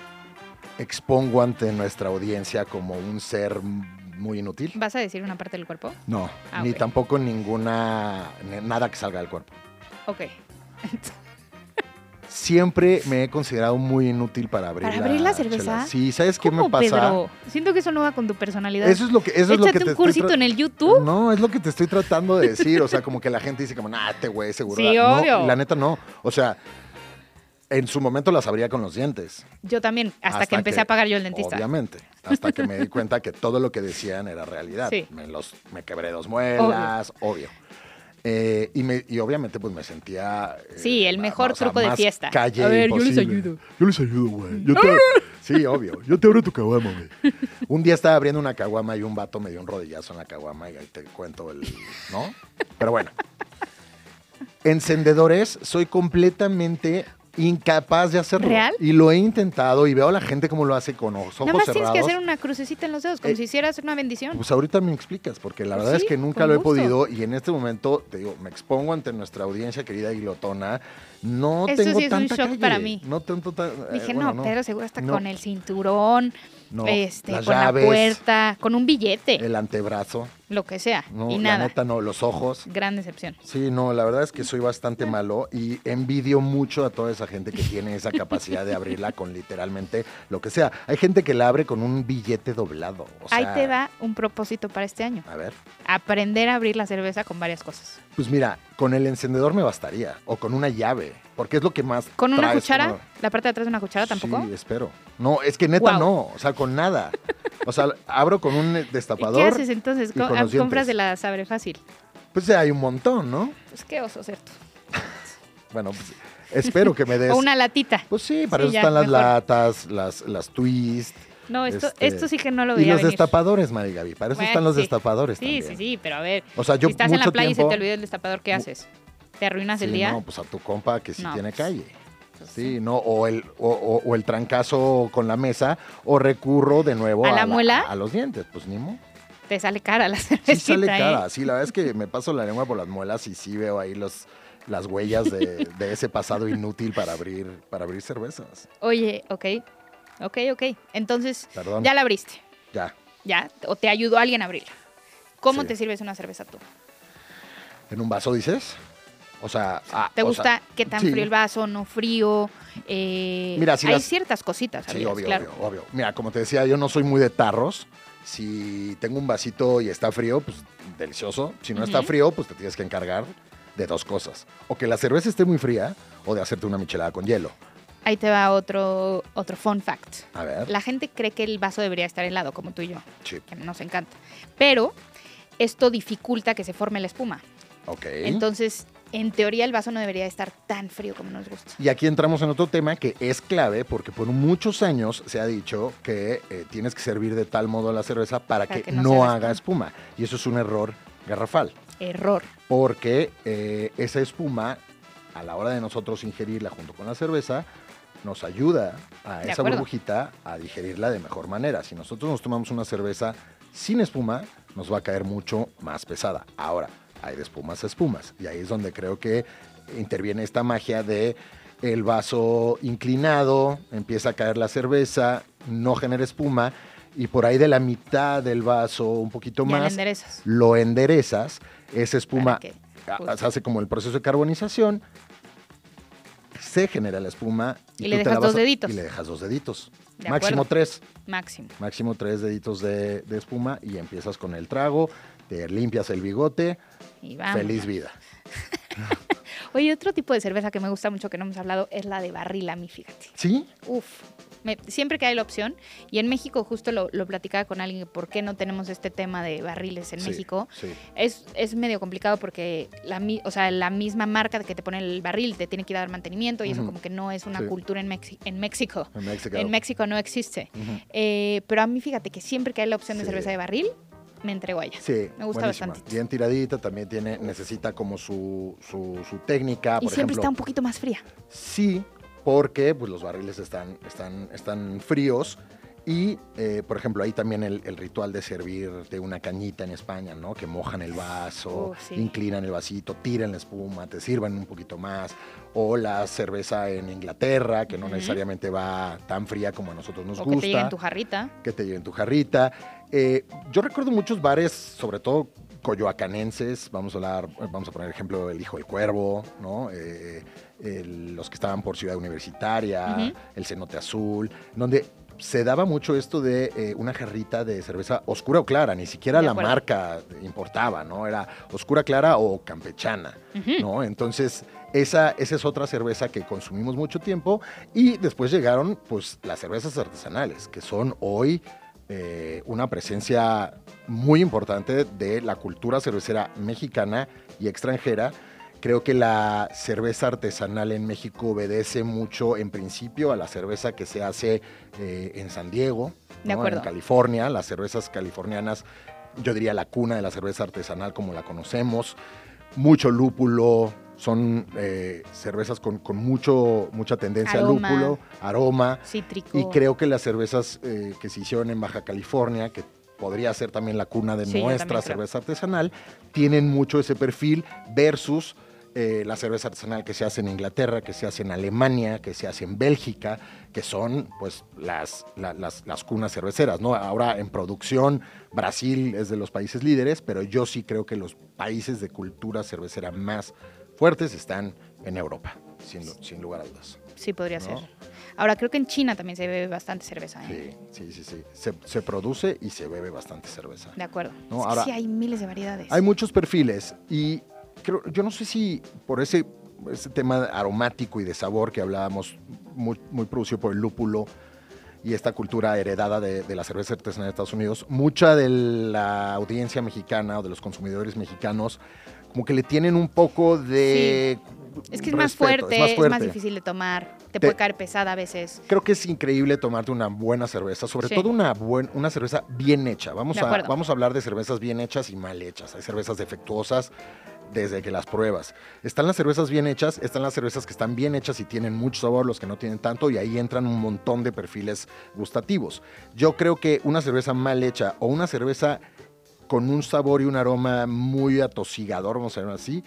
Speaker 3: expongo ante nuestra audiencia como un ser muy inútil.
Speaker 4: ¿Vas a decir una parte del cuerpo?
Speaker 3: No,
Speaker 4: Ah,
Speaker 3: ni
Speaker 4: ok.
Speaker 3: tampoco ninguna, ni- nada que salga del cuerpo.
Speaker 4: Ok.
Speaker 3: Siempre me he considerado muy inútil para abrir
Speaker 4: ¿Para
Speaker 3: la
Speaker 4: abrir la cerveza?
Speaker 3: chela. Sí, ¿sabes qué me
Speaker 4: ¿Cómo,
Speaker 3: pasa?
Speaker 4: Pedro? Siento que eso no va con tu personalidad.
Speaker 3: Eso es lo que eso es lo que
Speaker 4: Échate
Speaker 3: te
Speaker 4: un
Speaker 3: estoy
Speaker 4: cursito
Speaker 3: tra-
Speaker 4: en el YouTube.
Speaker 3: No, es lo que te estoy tratando de decir. O sea, como que la gente dice como, nah, este güey seguro.
Speaker 4: Sí,
Speaker 3: No,
Speaker 4: obvio.
Speaker 3: la neta no. O sea, en su momento las abría con los dientes.
Speaker 4: Yo también, hasta, que empecé a pagar yo el dentista.
Speaker 3: Obviamente. Hasta que me di cuenta que todo lo que decían era realidad.
Speaker 4: Sí.
Speaker 3: Me, los, me quebré dos muelas, obvio. Eh, y, me- y obviamente pues me sentía... eh,
Speaker 4: Sí, el
Speaker 3: ma-
Speaker 4: mejor
Speaker 3: o sea,
Speaker 4: truco de
Speaker 3: más
Speaker 4: fiesta.
Speaker 3: calle
Speaker 4: A ver, yo les
Speaker 3: imposible.
Speaker 4: ayudo.
Speaker 3: Yo les ayudo, güey. Yo te- Sí, obvio. Yo te abro tu caguama, güey. Un día estaba abriendo una caguama y un vato me dio un rodillazo en la caguama y ahí te cuento el... ¿No? Pero bueno. Encendedores, soy completamente incapaz de hacerlo.
Speaker 4: ¿Real?
Speaker 3: Y lo he intentado y veo a la gente cómo lo hace con los ojos
Speaker 4: Nada más
Speaker 3: cerrados.
Speaker 4: tienes que hacer una crucecita en los dedos, como
Speaker 3: Eh,
Speaker 4: si hicieras una bendición.
Speaker 3: Pues ahorita me explicas, porque la
Speaker 4: Pues
Speaker 3: verdad es
Speaker 4: sí,
Speaker 3: que nunca
Speaker 4: con
Speaker 3: lo he
Speaker 4: gusto.
Speaker 3: podido y en este momento, te digo, me expongo ante nuestra audiencia querida y glotona. No
Speaker 4: Eso
Speaker 3: tengo
Speaker 4: sí es un
Speaker 3: tanta
Speaker 4: shock
Speaker 3: calle,
Speaker 4: para mí.
Speaker 3: No tanto tan- eh,
Speaker 4: Dije,
Speaker 3: bueno,
Speaker 4: no, Pedro seguro está
Speaker 3: No.
Speaker 4: con el cinturón,
Speaker 3: No,
Speaker 4: este,
Speaker 3: las
Speaker 4: con
Speaker 3: llaves,
Speaker 4: la puerta, con un billete,
Speaker 3: el antebrazo,
Speaker 4: lo que sea.
Speaker 3: no,
Speaker 4: y
Speaker 3: la
Speaker 4: nada.
Speaker 3: neta no, los ojos.
Speaker 4: Gran decepción.
Speaker 3: Sí, no, la verdad es que soy bastante malo y envidio mucho a toda esa gente que tiene esa capacidad de abrirla con literalmente lo que sea. Hay gente que la abre con un billete doblado. o
Speaker 4: Ahí
Speaker 3: sea,
Speaker 4: te va un propósito para este año.
Speaker 3: A ver.
Speaker 4: Aprender a abrir la cerveza con varias cosas.
Speaker 3: Pues mira, con el encendedor me bastaría. O con una llave. Porque es lo que más.
Speaker 4: ¿Con una
Speaker 3: traes,
Speaker 4: cuchara?
Speaker 3: como-
Speaker 4: ¿La parte de atrás de una cuchara tampoco?
Speaker 3: Sí, espero. No, es que neta
Speaker 4: Guau.
Speaker 3: no. O sea, con nada. O sea, abro con un
Speaker 4: ¿Y qué
Speaker 3: destapador.
Speaker 4: haces entonces?
Speaker 3: y con
Speaker 4: Co- ah,
Speaker 3: los dientes.
Speaker 4: compras de la sabre fácil.
Speaker 3: Pues hay un montón, ¿no?
Speaker 4: Pues qué oso, ¿cierto?
Speaker 3: Bueno, pues, espero que me des.
Speaker 4: O una latita.
Speaker 3: Pues sí, para
Speaker 4: Sí,
Speaker 3: eso
Speaker 4: ya,
Speaker 3: están las
Speaker 4: mejor.
Speaker 3: latas, las, las twist.
Speaker 4: No, esto,
Speaker 3: este,
Speaker 4: esto sí que no lo
Speaker 3: Y
Speaker 4: veía
Speaker 3: los
Speaker 4: venir.
Speaker 3: destapadores, Mari Gaby. Para eso
Speaker 4: Bueno,
Speaker 3: están los
Speaker 4: sí.
Speaker 3: destapadores
Speaker 4: Sí,
Speaker 3: también.
Speaker 4: sí, sí, pero a ver.
Speaker 3: O sea, yo
Speaker 4: si estás en
Speaker 3: mucho
Speaker 4: la playa y
Speaker 3: tiempo-
Speaker 4: se te olvida el destapador, ¿qué haces? ¿Te arruinas el
Speaker 3: Sí,
Speaker 4: día?
Speaker 3: No, pues a tu compa que sí
Speaker 4: No,
Speaker 3: tiene
Speaker 4: pues,
Speaker 3: calle. Sí, no, o el, o, o- o el trancazo con la mesa, o recurro de nuevo
Speaker 4: ¿A la muela?
Speaker 3: a los dientes, pues ni mo.
Speaker 4: Te sale cara la cervecita.
Speaker 3: Sí sale
Speaker 4: ¿eh?
Speaker 3: cara, sí, la verdad es que me paso la lengua por las muelas y sí veo ahí los, las huellas de, de ese pasado inútil para abrir, para abrir cervezas.
Speaker 4: Oye, ok. Ok, ok. Entonces,
Speaker 3: Perdón.
Speaker 4: ya la abriste.
Speaker 3: Ya,
Speaker 4: Ya. O te ayudó alguien a abrirla. ¿Cómo
Speaker 3: Sí.
Speaker 4: te sirves una cerveza tú?
Speaker 3: ¿en un vaso dices? O sea, ah,
Speaker 4: ¿Te
Speaker 3: o
Speaker 4: gusta
Speaker 3: sea,
Speaker 4: qué tan
Speaker 3: sí.
Speaker 4: frío el vaso, no frío? Eh,
Speaker 3: Mira, si
Speaker 4: hay
Speaker 3: las-
Speaker 4: ciertas cositas,
Speaker 3: Sí,
Speaker 4: amigas,
Speaker 3: obvio,
Speaker 4: claro.
Speaker 3: obvio, obvio. Mira, como te decía, yo no soy muy de tarros. Si tengo un vasito y está frío, pues delicioso. Si no está
Speaker 4: Ujú.
Speaker 3: frío, pues te tienes que encargar de dos cosas. O que la cerveza esté muy fría o de hacerte una michelada con hielo.
Speaker 4: Ahí te va otro, otro fun fact.
Speaker 3: A ver,
Speaker 4: La gente cree que el vaso debería estar helado, como tú y yo,
Speaker 3: chip,
Speaker 4: que nos encanta. Pero esto dificulta que se forme la espuma.
Speaker 3: ok.
Speaker 4: Entonces, en teoría, el vaso no debería estar tan frío como nos gusta.
Speaker 3: y aquí entramos en otro tema que es clave porque por muchos años se ha dicho que eh, tienes que servir de tal modo la cerveza para, que, no,
Speaker 4: se haga
Speaker 3: haga espuma. Y eso es un error garrafal.
Speaker 4: Error.
Speaker 3: porque eh, esa espuma, a la hora de nosotros ingerirla junto con la cerveza, nos ayuda a
Speaker 4: De
Speaker 3: esa
Speaker 4: acuerdo.
Speaker 3: burbujita a digerirla de mejor manera. Si nosotros nos tomamos una cerveza sin espuma, nos va a caer mucho más pesada. Ahora, hay de espumas a espumas, y ahí es donde creo que interviene esta magia de el vaso inclinado, empieza a caer la cerveza, no genera espuma, y por ahí de la mitad del vaso, un poquito
Speaker 4: Ya le
Speaker 3: más,
Speaker 4: enderezas.
Speaker 3: lo enderezas, esa espuma
Speaker 4: Para que-
Speaker 3: a-
Speaker 4: justo.
Speaker 3: se hace como el proceso de carbonización, se genera la espuma
Speaker 4: Y
Speaker 3: tú te
Speaker 4: le dejas
Speaker 3: la vas
Speaker 4: dos deditos.
Speaker 3: Y le dejas dos deditos.
Speaker 4: De
Speaker 3: máximo
Speaker 4: acuerdo.
Speaker 3: tres,
Speaker 4: Máximo.
Speaker 3: máximo tres deditos de, de espuma y empiezas con el trago, te limpias el bigote,
Speaker 4: Y vamos.
Speaker 3: feliz vida.
Speaker 4: Oye, otro tipo de cerveza que me gusta mucho que no hemos hablado es la de barril a mí, fíjate.
Speaker 3: ¿Sí?
Speaker 4: Uf. me- siempre que hay la opción, y en México justo lo, lo platicaba con alguien, ¿por qué no tenemos este tema de barriles en
Speaker 3: Sí,
Speaker 4: México?
Speaker 3: Sí.
Speaker 4: Es, es medio complicado porque la, mi- o sea, la misma marca que te pone el barril te tiene que ir a dar mantenimiento y eso
Speaker 3: Ujú.
Speaker 4: como que no es una
Speaker 3: Sí.
Speaker 4: cultura en, Mexi- en México.
Speaker 3: En México.
Speaker 4: En México no existe.
Speaker 3: Ujú.
Speaker 4: Eh, pero a mí fíjate que siempre que hay la opción de
Speaker 3: Sí.
Speaker 4: cerveza de barril, me entrego a ella.
Speaker 3: Sí,
Speaker 4: Me gusta
Speaker 3: buenísima.
Speaker 4: bastantito.
Speaker 3: Bien tiradita, también tiene, necesita como su, su, su técnica.
Speaker 4: y
Speaker 3: Ah, por
Speaker 4: siempre
Speaker 3: ejemplo,
Speaker 4: está un poquito más fría.
Speaker 3: Sí, porque pues, los barriles están, están, están fríos. Y, eh, por ejemplo, ahí también el, el ritual de servir de una cañita en España, ¿no? Que mojan el vaso,
Speaker 4: Oh, sí.
Speaker 3: inclinan el vasito, tiran la espuma, te sirvan un poquito más. O la cerveza en Inglaterra, que no
Speaker 4: Ujú.
Speaker 3: necesariamente va tan fría como a nosotros nos
Speaker 4: o
Speaker 3: gusta
Speaker 4: que te llegue en tu jarrita.
Speaker 3: que te lleven tu jarrita. Eh, yo recuerdo muchos bares, sobre todo coyoacanenses, vamos a hablar, vamos a poner ejemplo el Hijo del Cuervo, ¿no? Eh, el- los que estaban por Ciudad Universitaria,
Speaker 4: Ujú.
Speaker 3: el Cenote Azul, donde se daba mucho esto de eh, una jarrita de cerveza oscura o clara, ni siquiera
Speaker 4: De
Speaker 3: la
Speaker 4: acuerdo.
Speaker 3: marca importaba, ¿no? Era oscura, clara o campechana.
Speaker 4: Ujú.
Speaker 3: ¿no? Entonces, esa, esa es otra cerveza que consumimos mucho tiempo. Y después llegaron, pues, las cervezas artesanales, que son hoy eh, una presencia muy importante de la cultura cervecera mexicana y extranjera. Creo que la cerveza artesanal en México obedece mucho, en principio, a la cerveza que se hace eh, en San Diego,
Speaker 4: De
Speaker 3: ¿no?
Speaker 4: acuerdo.
Speaker 3: en California, las cervezas californianas, yo diría la cuna de la cerveza artesanal como la conocemos, mucho lúpulo, son eh, cervezas con, con mucho, mucha tendencia
Speaker 4: Aroma.
Speaker 3: a lúpulo, aroma,
Speaker 4: Cítrico.
Speaker 3: y creo que las cervezas eh, que se hicieron en Baja California, que podría ser también la cuna de
Speaker 4: Sí, yo
Speaker 3: nuestra
Speaker 4: también creo.
Speaker 3: cerveza artesanal, tienen mucho ese perfil versus eh, la cerveza artesanal que se hace en Inglaterra, que se hace en Alemania, que se hace en Bélgica, que son pues las, la- las, las cunas cerveceras, ¿no? Ahora en producción Brasil es de los países líderes, pero yo sí creo que los países de cultura cervecera más fuertes están en Europa, sin, lu- sin lugar a dudas.
Speaker 4: Sí, podría
Speaker 3: ¿no?
Speaker 4: ser. Ahora, creo que en China también se bebe bastante cerveza. ¿eh?
Speaker 3: Sí, sí, sí, sí. Se, se produce y se bebe bastante cerveza.
Speaker 4: De acuerdo.
Speaker 3: No,
Speaker 4: Es que
Speaker 3: ahora-
Speaker 4: sí, hay miles de variedades.
Speaker 3: Hay muchos perfiles y creo, yo no sé si por ese, ese tema aromático y de sabor que hablábamos, muy, muy producido por el lúpulo y esta cultura heredada de, de la cerveza artesanal de Estados Unidos, mucha de la audiencia mexicana o de los consumidores mexicanos como que le tienen un poco de...
Speaker 4: es que es más,
Speaker 3: respeto,
Speaker 4: fuerte, es más difícil de tomar, te,
Speaker 3: Te-
Speaker 4: puede caer pesada a veces.
Speaker 3: Creo que es increíble tomarte una buena cerveza, sobre
Speaker 4: Sí.
Speaker 3: todo una, buen- una cerveza bien hecha. Vamos
Speaker 4: De
Speaker 3: a,
Speaker 4: acuerdo.
Speaker 3: vamos a hablar de cervezas bien hechas y mal hechas. Hay cervezas defectuosas desde que las pruebas. Están las cervezas bien hechas, están las cervezas que están bien hechas y tienen mucho sabor, los que no tienen tanto, y ahí entran un montón de perfiles gustativos. Yo creo que una cerveza mal hecha o una cerveza con un sabor y un aroma muy atosigador, vamos a llamarlo así,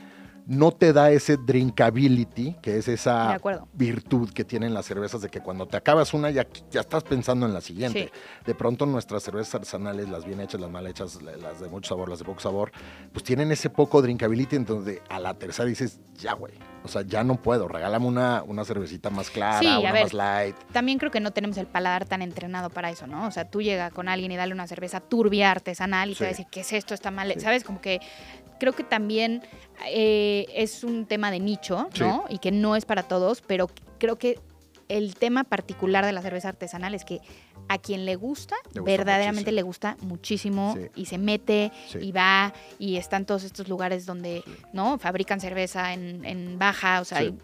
Speaker 3: no te da ese drinkability, que es
Speaker 4: De
Speaker 3: esa
Speaker 4: acuerdo.
Speaker 3: virtud que tienen las cervezas de que cuando te acabas una ya, ya estás pensando en la siguiente. De pronto nuestras cervezas artesanales, las bien hechas, las mal hechas, la- las de mucho sabor, las de poco sabor, pues tienen ese poco drinkability en donde a la tercera dices, ya güey, o sea, ya no puedo, regálame una, una cervecita más clara,
Speaker 4: Sí, a
Speaker 3: una
Speaker 4: ver.
Speaker 3: más
Speaker 4: pues
Speaker 3: light.
Speaker 4: También creo que no tenemos el paladar tan entrenado para eso, ¿no? O sea, tú llegas con alguien y dale una cerveza turbia, artesanal, y te va a
Speaker 3: Sí.
Speaker 4: decir, ¿qué es esto? Está mal.
Speaker 3: Sí.
Speaker 4: ¿Sabes? Como que creo que también eh, es un tema de nicho,
Speaker 3: Sí.
Speaker 4: ¿no? Y que no es para todos, pero creo que el tema particular de la cerveza artesanal es que a quien le gusta,
Speaker 3: Le gusta
Speaker 4: verdaderamente
Speaker 3: muchísimo.
Speaker 4: le gusta muchísimo
Speaker 3: Sí.
Speaker 4: y se mete
Speaker 3: Sí.
Speaker 4: y va y están todos estos lugares donde, ¿no? Fabrican cerveza en, en baja, o sea,
Speaker 3: Sí.
Speaker 4: hay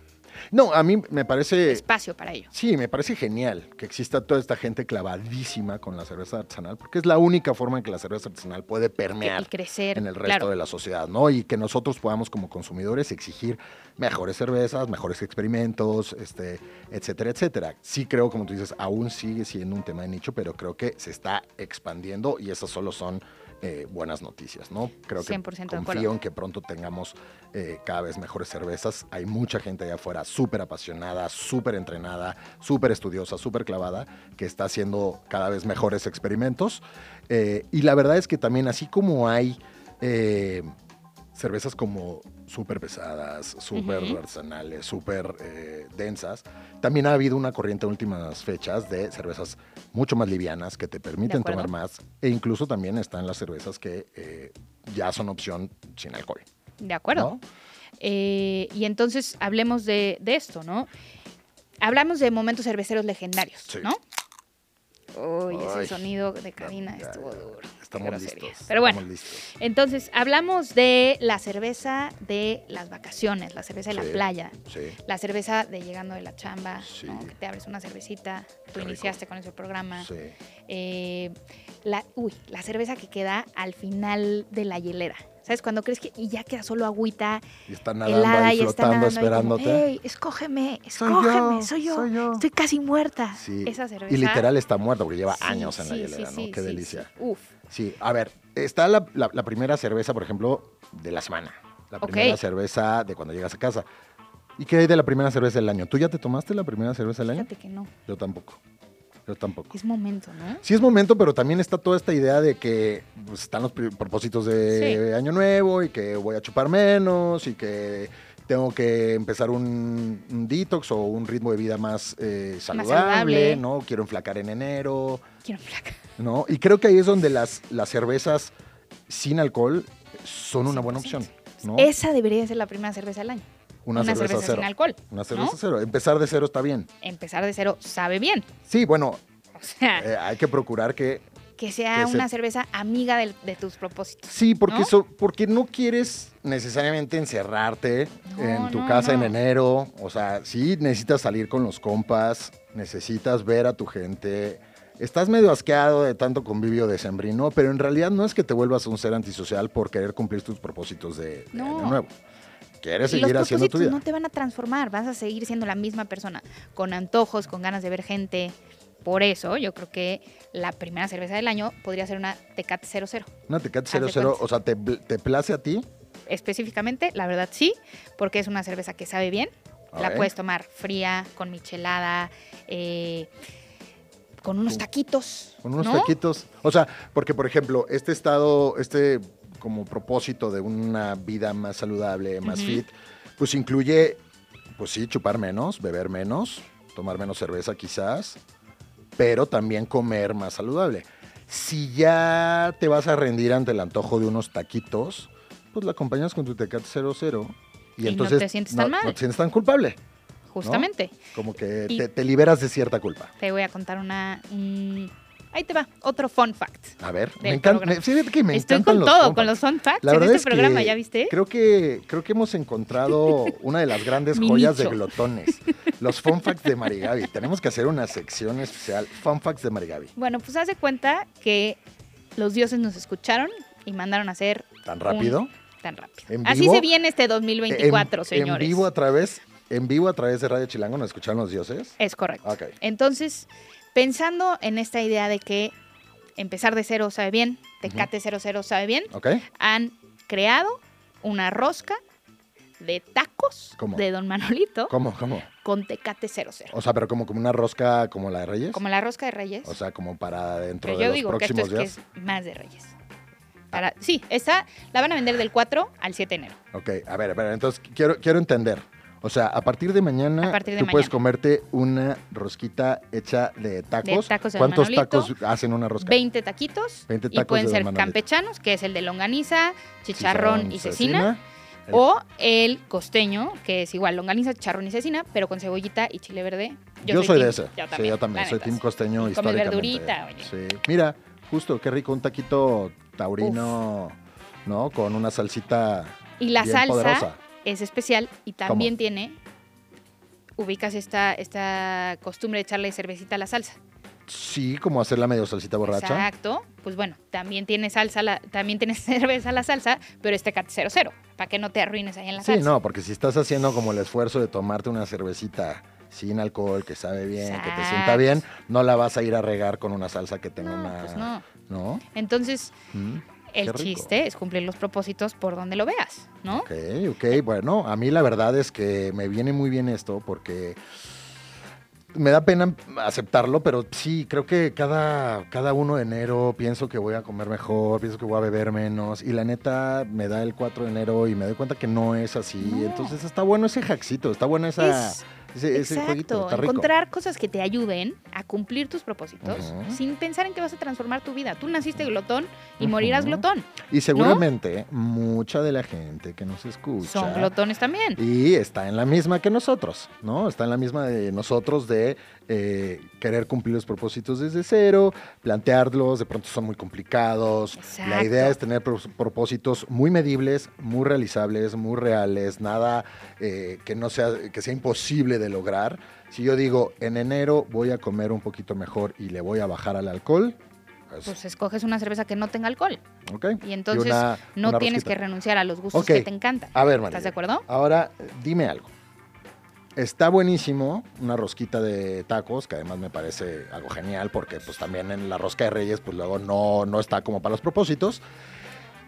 Speaker 3: No, a mí me parece...
Speaker 4: espacio para ello.
Speaker 3: Sí, me parece genial que exista toda esta gente clavadísima con la cerveza artesanal, porque es la única forma en que la cerveza artesanal puede
Speaker 4: que-
Speaker 3: permear
Speaker 4: y crecer.
Speaker 3: en el resto
Speaker 4: claro.
Speaker 3: de la sociedad, ¿no? Y que nosotros podamos como consumidores exigir mejores cervezas, mejores experimentos, este, etcétera, etcétera. Sí creo, como tú dices, aún sigue siendo un tema de nicho, pero creo que se está expandiendo y esas solo son eh, buenas noticias, ¿no? Creo que
Speaker 4: 100% de
Speaker 3: confío
Speaker 4: acuerdo.
Speaker 3: en que pronto tengamos eh, cada vez mejores cervezas. Hay mucha gente allá afuera súper apasionada, súper entrenada, súper estudiosa, súper clavada, que está haciendo cada vez mejores experimentos. Eh, y la verdad es que también, así como hay eh, cervezas como súper pesadas, súper
Speaker 4: Ujú.
Speaker 3: artesanales, súper eh, densas, también ha habido una corriente en últimas fechas de cervezas mucho más livianas que te permiten
Speaker 4: acuerdo.
Speaker 3: tomar más. E incluso también están las cervezas que eh, ya son opción sin alcohol.
Speaker 4: De acuerdo.
Speaker 3: ¿no?
Speaker 4: Eh, y entonces hablemos de, de esto, ¿no? Hablamos de momentos cerveceros legendarios,
Speaker 3: Sí.
Speaker 4: ¿no? Uy, ese
Speaker 3: Ay.
Speaker 4: sonido de cabina
Speaker 3: Ya,
Speaker 4: estuvo
Speaker 3: ya,
Speaker 4: duro. qué
Speaker 3: Estamos
Speaker 4: grosería.
Speaker 3: listos.
Speaker 4: Pero bueno,
Speaker 3: estamos listos.
Speaker 4: entonces hablamos de la cerveza de las vacaciones, la cerveza de la
Speaker 3: Sí.
Speaker 4: playa,
Speaker 3: Sí.
Speaker 4: la cerveza de llegando de la chamba,
Speaker 3: Sí.
Speaker 4: ¿no? que te abres una cervecita, tú
Speaker 3: Qué rico.
Speaker 4: iniciaste con ese programa.
Speaker 3: Sí.
Speaker 4: Eh, la, uy, la cerveza que queda al final de la hielera. ¿Sabes? Cuando crees que y ya queda solo agüita
Speaker 3: Y están nadando
Speaker 4: helada
Speaker 3: ahí
Speaker 4: y está
Speaker 3: flotando,
Speaker 4: nadando ahí como,
Speaker 3: esperándote.
Speaker 4: "Ey, escógeme, escógeme, soy yo, Estoy casi muerta.
Speaker 3: Sí.
Speaker 4: Esa cerveza.
Speaker 3: Y literal está muerta porque lleva
Speaker 4: sí,
Speaker 3: años en la
Speaker 4: sí,
Speaker 3: hielera,
Speaker 4: sí,
Speaker 3: ¿no?
Speaker 4: sí,
Speaker 3: Qué
Speaker 4: sí,
Speaker 3: delicia.
Speaker 4: sí. Uf,
Speaker 3: Sí, a ver, está la, la- la primera cerveza, por ejemplo, de la semana. La
Speaker 4: Ok.
Speaker 3: primera cerveza de cuando llegas a casa. ¿Y qué hay de la primera cerveza del año? ¿Tú ya te tomaste la primera cerveza del año?
Speaker 4: fíjate que no.
Speaker 3: Yo tampoco. Yo tampoco.
Speaker 4: Es momento, ¿no?
Speaker 3: Sí es momento, pero también está toda esta idea de que pues, están los pri- propósitos de
Speaker 4: Sí.
Speaker 3: año nuevo y que voy a chupar menos y que tengo que empezar un, un detox o un ritmo de vida más, eh, saludable,
Speaker 4: saludable.
Speaker 3: ¿no? Quiero enflacar en enero,
Speaker 4: Quiero flaca.
Speaker 3: ¿no? Y creo que ahí es donde las, las cervezas sin alcohol son una buena
Speaker 4: 100%.
Speaker 3: opción, ¿no?
Speaker 4: Esa debería ser la primera cerveza del año.
Speaker 3: una, cerveza, cero.
Speaker 4: sin alcohol.
Speaker 3: Una cerveza
Speaker 4: ¿no?
Speaker 3: cero. Empezar de cero está bien.
Speaker 4: Empezar de cero sabe bien.
Speaker 3: Sí, bueno,
Speaker 4: O sea,
Speaker 3: eh, hay que procurar que
Speaker 4: que sea
Speaker 3: que se-
Speaker 4: una cerveza amiga del- de, tus propósitos.
Speaker 3: Sí, porque
Speaker 4: ¿No?
Speaker 3: so- porque no quieres necesariamente encerrarte
Speaker 4: No,
Speaker 3: en tu
Speaker 4: no,
Speaker 3: casa
Speaker 4: no.
Speaker 3: en enero. O sea, sí necesitas salir con los compas, necesitas ver a tu gente. Estás medio asqueado de tanto convivio decembrino, pero en realidad no es que te vuelvas un ser antisocial por querer cumplir tus propósitos de, de
Speaker 4: No.
Speaker 3: año nuevo. Quieres
Speaker 4: Y los
Speaker 3: seguir haciendo tu
Speaker 4: propósitos
Speaker 3: vida.
Speaker 4: no te van a transformar, vas a seguir siendo la misma persona, con antojos, con ganas de ver gente. Por eso yo creo que la primera cerveza del año podría ser una Tecate 00.
Speaker 3: Una Tecate
Speaker 4: Haz de
Speaker 3: 00,
Speaker 4: cuenta.
Speaker 3: o sea, te, bl- te place a ti.
Speaker 4: Específicamente, la verdad sí, porque es una cerveza que sabe bien. La
Speaker 3: Ok.
Speaker 4: puedes tomar fría, con michelada, eh, con unos
Speaker 3: Con-
Speaker 4: taquitos.
Speaker 3: Con unos
Speaker 4: ¿no?
Speaker 3: taquitos. O sea, porque por ejemplo, este estado, este como propósito de una vida más saludable, más
Speaker 4: Ujú.
Speaker 3: fit, pues incluye, pues sí, chupar menos, beber menos, tomar menos cerveza quizás, pero también comer más saludable. Si ya te vas a rendir ante el antojo de unos taquitos, pues la acompañas con tu Tecate 00 y,
Speaker 4: Y no
Speaker 3: entonces
Speaker 4: te sientes tan
Speaker 3: no-
Speaker 4: mal.
Speaker 3: no te sientes tan culpable,
Speaker 4: Justamente.
Speaker 3: como que
Speaker 4: Y-
Speaker 3: te, te liberas de cierta culpa.
Speaker 4: Te voy a contar una. un- ahí te va, otro fun fact.
Speaker 3: A ver, me
Speaker 4: Del
Speaker 3: encanta,
Speaker 4: programa.
Speaker 3: me- fíjate que me
Speaker 4: Estoy
Speaker 3: encantan
Speaker 4: con
Speaker 3: los
Speaker 4: todo,
Speaker 3: compas.
Speaker 4: con los fun facts
Speaker 3: La
Speaker 4: en
Speaker 3: verdad
Speaker 4: este
Speaker 3: es que
Speaker 4: programa, ¿ya viste?
Speaker 3: Creo que, creo que hemos encontrado una de las grandes
Speaker 4: Mi
Speaker 3: joyas de
Speaker 4: nicho.
Speaker 3: glotones. Los fun facts de Marigaby. Tenemos que hacer una sección especial. Fun facts de Marigaby.
Speaker 4: Bueno, pues haz de cuenta que los dioses nos escucharon y mandaron a hacer
Speaker 3: Tan rápido.
Speaker 4: tan rápido.
Speaker 3: ¿En
Speaker 4: Así
Speaker 3: vivo?
Speaker 4: se viene este 2024,
Speaker 3: en,
Speaker 4: señores.
Speaker 3: En vivo a través, en vivo a través de Radio Chilango nos escucharon los dioses.
Speaker 4: Es correcto.
Speaker 3: Ok.
Speaker 4: Entonces, pensando en esta idea de que empezar de cero sabe bien, Tecate 00 sabe bien,
Speaker 3: ¿Ok?
Speaker 4: han creado una rosca de tacos
Speaker 3: ¿Cómo?
Speaker 4: de Don Manolito
Speaker 3: ¿Cómo? ¿Cómo?
Speaker 4: con Tecate 00.
Speaker 3: O sea, pero como, como una rosca como la de Reyes.
Speaker 4: Como la rosca de Reyes.
Speaker 3: O sea, como para dentro
Speaker 4: Pero
Speaker 3: de
Speaker 4: yo
Speaker 3: los
Speaker 4: digo que esto
Speaker 3: próximos
Speaker 4: es, que es
Speaker 3: días.
Speaker 4: más de Reyes. Para- sí, esta la van a vender del 4 al 7 de enero.
Speaker 3: Ok, a ver, a ver, entonces quiero, quiero entender. O sea, a partir de mañana
Speaker 4: A partir de
Speaker 3: tú puedes
Speaker 4: mañana.
Speaker 3: comerte una rosquita hecha de tacos.
Speaker 4: tacos de
Speaker 3: ¿Cuántos
Speaker 4: Manolito.
Speaker 3: tacos hacen una rosca?
Speaker 4: 20 taquitos.
Speaker 3: 20
Speaker 4: y
Speaker 3: tacos
Speaker 4: pueden
Speaker 3: de
Speaker 4: ser
Speaker 3: Don Manolito.
Speaker 4: campechanos, que es el de longaniza, chicharrón, y cecina.
Speaker 3: el-
Speaker 4: O el costeño, que es igual longaniza, chicharrón y cecina, pero con cebollita y chile verde.
Speaker 3: Yo, soy de
Speaker 4: team-
Speaker 3: ese.
Speaker 4: Yo
Speaker 3: sí,
Speaker 4: también.
Speaker 3: yo también.
Speaker 4: la
Speaker 3: Soy
Speaker 4: neta,
Speaker 3: team
Speaker 4: sí.
Speaker 3: costeño
Speaker 4: Y come
Speaker 3: históricamente.
Speaker 4: verdurita, oye.
Speaker 3: Sí. Mira, justo, qué rico, un taquito taurino, ¿no? Con una salsita
Speaker 4: Y la
Speaker 3: bien
Speaker 4: salsa
Speaker 3: poderosa.
Speaker 4: es especial y también tiene... Ubicas esta, esta costumbre de echarle cervecita a la salsa.
Speaker 3: Sí, como hacerla medio salsita borracha.
Speaker 4: Exacto. Pues bueno, también tiene salsa, la- también tiene cerveza la salsa, pero este cat 00, para que no te arruines ahí en la
Speaker 3: Sí,
Speaker 4: salsa.
Speaker 3: no, porque si estás haciendo como el esfuerzo de tomarte una cervecita sin alcohol, que sabe bien, que te sienta
Speaker 4: Exacto.
Speaker 3: bien, no la vas a ir a regar con una salsa que tenga
Speaker 4: No,
Speaker 3: una...
Speaker 4: pues no.
Speaker 3: ¿No?
Speaker 4: Entonces,
Speaker 3: Mm,
Speaker 4: el
Speaker 3: rico.
Speaker 4: chiste es cumplir los propósitos por donde lo veas, ¿no?
Speaker 3: Ok, ok, bueno, a mí la verdad es que me viene muy bien esto porque me da pena aceptarlo, pero sí, creo que cada, cada 1 de enero pienso que voy a comer mejor, pienso que voy a beber menos y la neta me da el 4 de enero y me doy cuenta que no es así,
Speaker 4: No.
Speaker 3: entonces está bueno ese jaxito, está bueno esa...
Speaker 4: Es-
Speaker 3: Ese, ese
Speaker 4: Exacto,
Speaker 3: jueguito está rico.
Speaker 4: encontrar cosas que te ayuden a cumplir tus propósitos
Speaker 3: Ujú.
Speaker 4: sin pensar en que vas a transformar tu vida. Tú naciste glotón y morirás
Speaker 3: Ujú.
Speaker 4: glotón.
Speaker 3: Y seguramente mucha de la gente que nos escucha
Speaker 4: Son glotones también.
Speaker 3: y pues está en la misma que nosotros, ¿no? Está en la misma de nosotros de eh, querer cumplir los propósitos desde cero, plantearlos, de pronto son muy complicados. La idea
Speaker 4: Exacto.
Speaker 3: es tener pros- propósitos muy medibles, muy realizables, muy reales, nada eh, que no sea que sea imposible de lograr. Si yo digo en enero voy a comer un poquito mejor y le voy a bajar al alcohol, pues,
Speaker 4: Pues escoges una cerveza que no tenga alcohol
Speaker 3: ¿ok?
Speaker 4: y entonces
Speaker 3: una-
Speaker 4: no
Speaker 3: una
Speaker 4: tienes
Speaker 3: rosquita.
Speaker 4: que renunciar a los gustos
Speaker 3: Ok.
Speaker 4: que te encantan.
Speaker 3: A ver, María.
Speaker 4: ¿Estás de acuerdo?
Speaker 3: Ahora, eh, dime algo. Está buenísimo una rosquita de tacos, que además me parece algo genial, porque pues también en la rosca de Reyes, pues luego no, no está como para los propósitos.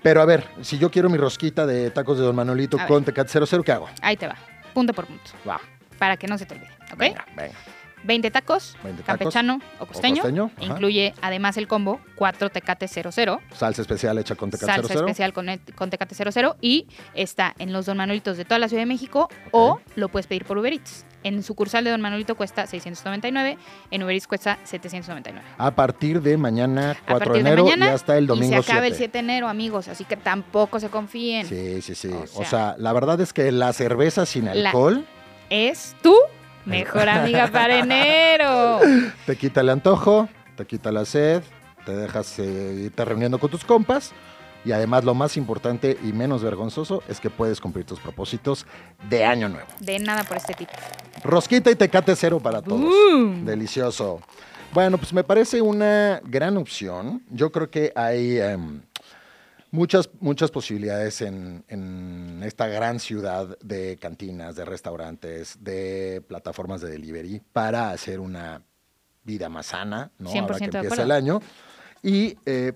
Speaker 3: Pero a ver, si yo quiero mi rosquita de tacos de Don Manolito
Speaker 4: A ver.
Speaker 3: con Tecat 00, ¿qué hago?
Speaker 4: Ahí te va, punto por punto,
Speaker 3: Va,
Speaker 4: para que no se te olvide, ¿ok?
Speaker 3: venga, venga.
Speaker 4: 20 tacos,
Speaker 3: 20 tacos,
Speaker 4: campechano o costeño.
Speaker 3: costeño, ajá.
Speaker 4: Incluye además el combo 4 tecate 00,
Speaker 3: Salsa especial hecha con tecate
Speaker 4: salsa
Speaker 3: 00.
Speaker 4: especial con, con tecate 00 y está en los Don Manuelitos de toda la Ciudad de México o lo puedes pedir por Uber Eats. En sucursal de Don Manuelito cuesta 699, en Uber Eats cuesta 799.
Speaker 3: A partir de mañana
Speaker 4: A
Speaker 3: 4 de
Speaker 4: partir de
Speaker 3: enero
Speaker 4: mañana
Speaker 3: y hasta el domingo
Speaker 4: y se acaba
Speaker 3: 7.
Speaker 4: el 7 de enero, amigos, así que tampoco se confíen.
Speaker 3: Sí, sí, sí.
Speaker 4: O
Speaker 3: O sea,
Speaker 4: sea-
Speaker 3: la verdad es que la cerveza sin
Speaker 4: La-
Speaker 3: alcohol
Speaker 4: Es tu mejor amiga para enero.
Speaker 3: te quita el antojo, te quita la sed, te dejas eh, irte reuniendo con tus compas. Y además lo más importante y menos vergonzoso es que puedes cumplir tus propósitos de año nuevo.
Speaker 4: De nada por este tipo.
Speaker 3: Rosquita y tecate cero para todos.
Speaker 4: Mm.
Speaker 3: Delicioso. Bueno, pues me parece una gran opción. Yo creo que hay em, muchas, muchas posibilidades en, en esta gran ciudad de cantinas, de restaurantes, de plataformas de delivery para hacer una vida más sana, ¿no? Ahora
Speaker 4: 100% de
Speaker 3: que empieza
Speaker 4: acuerdo.
Speaker 3: el año. Y eh,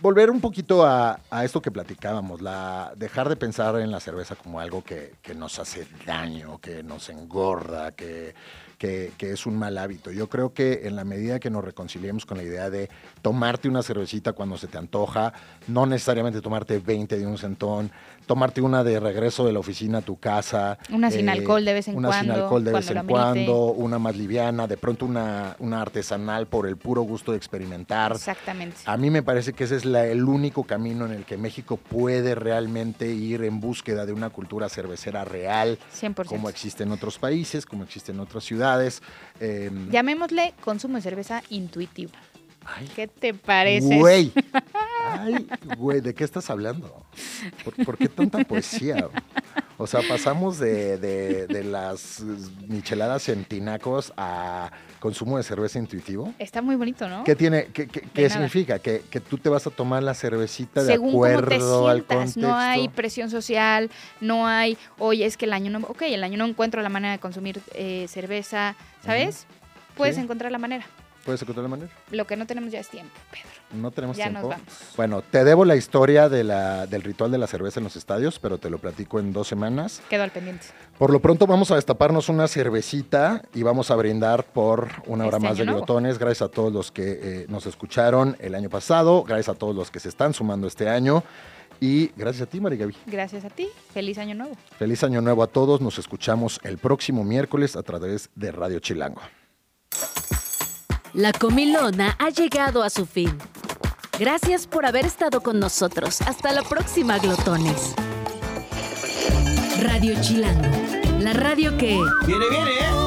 Speaker 3: volver un poquito a, a esto que platicábamos, la, dejar de pensar en la cerveza como algo que, que nos hace daño, que nos engorda, que, que- que es un mal hábito. Yo creo que en la medida que nos reconciliemos con la idea de tomarte una cervecita cuando se te antoja, no necesariamente tomarte 20 de un centón, tomarte una de regreso de la oficina a tu casa. eh,
Speaker 4: Una sin alcohol de vez en
Speaker 3: Una sin
Speaker 4: cuando,
Speaker 3: alcohol de vez en
Speaker 4: cuando lo amerite.
Speaker 3: cuando, una más liviana, de pronto una, una artesanal por el puro gusto de experimentar.
Speaker 4: Exactamente.
Speaker 3: A mí me parece que ese es la- el único camino en el que México puede realmente ir en búsqueda de una cultura cervecera real,
Speaker 4: 100%.
Speaker 3: como existe en otros países, como existe en otras ciudades. Eh,
Speaker 4: Llamémosle consumo de cerveza intuitivo.
Speaker 3: ay,
Speaker 4: ¿Qué te parece?
Speaker 3: Güey. Ay, güey, ¿de qué estás hablando? ¿Por, por qué tanta poesía? O sea, pasamos de, de- de las eh, micheladas en tinacos a consumo de cerveza intuitivo.
Speaker 4: Está muy bonito, ¿no?
Speaker 3: ¿Qué tiene, qué, qué- qué
Speaker 4: De nada.
Speaker 3: significa? ¿Que, que tú te vas a tomar la cervecita de
Speaker 4: Según
Speaker 3: acuerdo
Speaker 4: cómo te
Speaker 3: al
Speaker 4: sientas,
Speaker 3: contexto.
Speaker 4: no hay presión social, no hay, oye, es que el año no, ok, el año no encuentro la manera de consumir eh, cerveza, ¿sabes? Puedes
Speaker 3: Sí.
Speaker 4: encontrar la manera.
Speaker 3: ¿Puedes encontrar la manera?
Speaker 4: Lo que no tenemos ya es tiempo, Pedro.
Speaker 3: No tenemos
Speaker 4: Ya
Speaker 3: tiempo.
Speaker 4: nos vamos.
Speaker 3: Bueno, te debo la historia de la- del ritual de la cerveza en los estadios, pero te lo platico en dos semanas.
Speaker 4: Quedo al pendiente.
Speaker 3: Por lo pronto vamos a destaparnos una cervecita y vamos a brindar por una hora
Speaker 4: Este
Speaker 3: más
Speaker 4: año
Speaker 3: de
Speaker 4: nuevo.
Speaker 3: glotones. Gracias a todos los que eh, nos escucharon el año pasado, gracias a todos los que se están sumando este año y gracias a ti, Marigaby.
Speaker 4: Gracias a ti. Feliz año nuevo.
Speaker 3: Feliz año nuevo a todos. Nos escuchamos el próximo miércoles a través de Radio Chilango.
Speaker 1: La comilona ha llegado a su fin. Gracias por haber estado con nosotros. Hasta la próxima, glotones. Radio Chilango, la radio que...
Speaker 2: ¡Viene, eh. viene!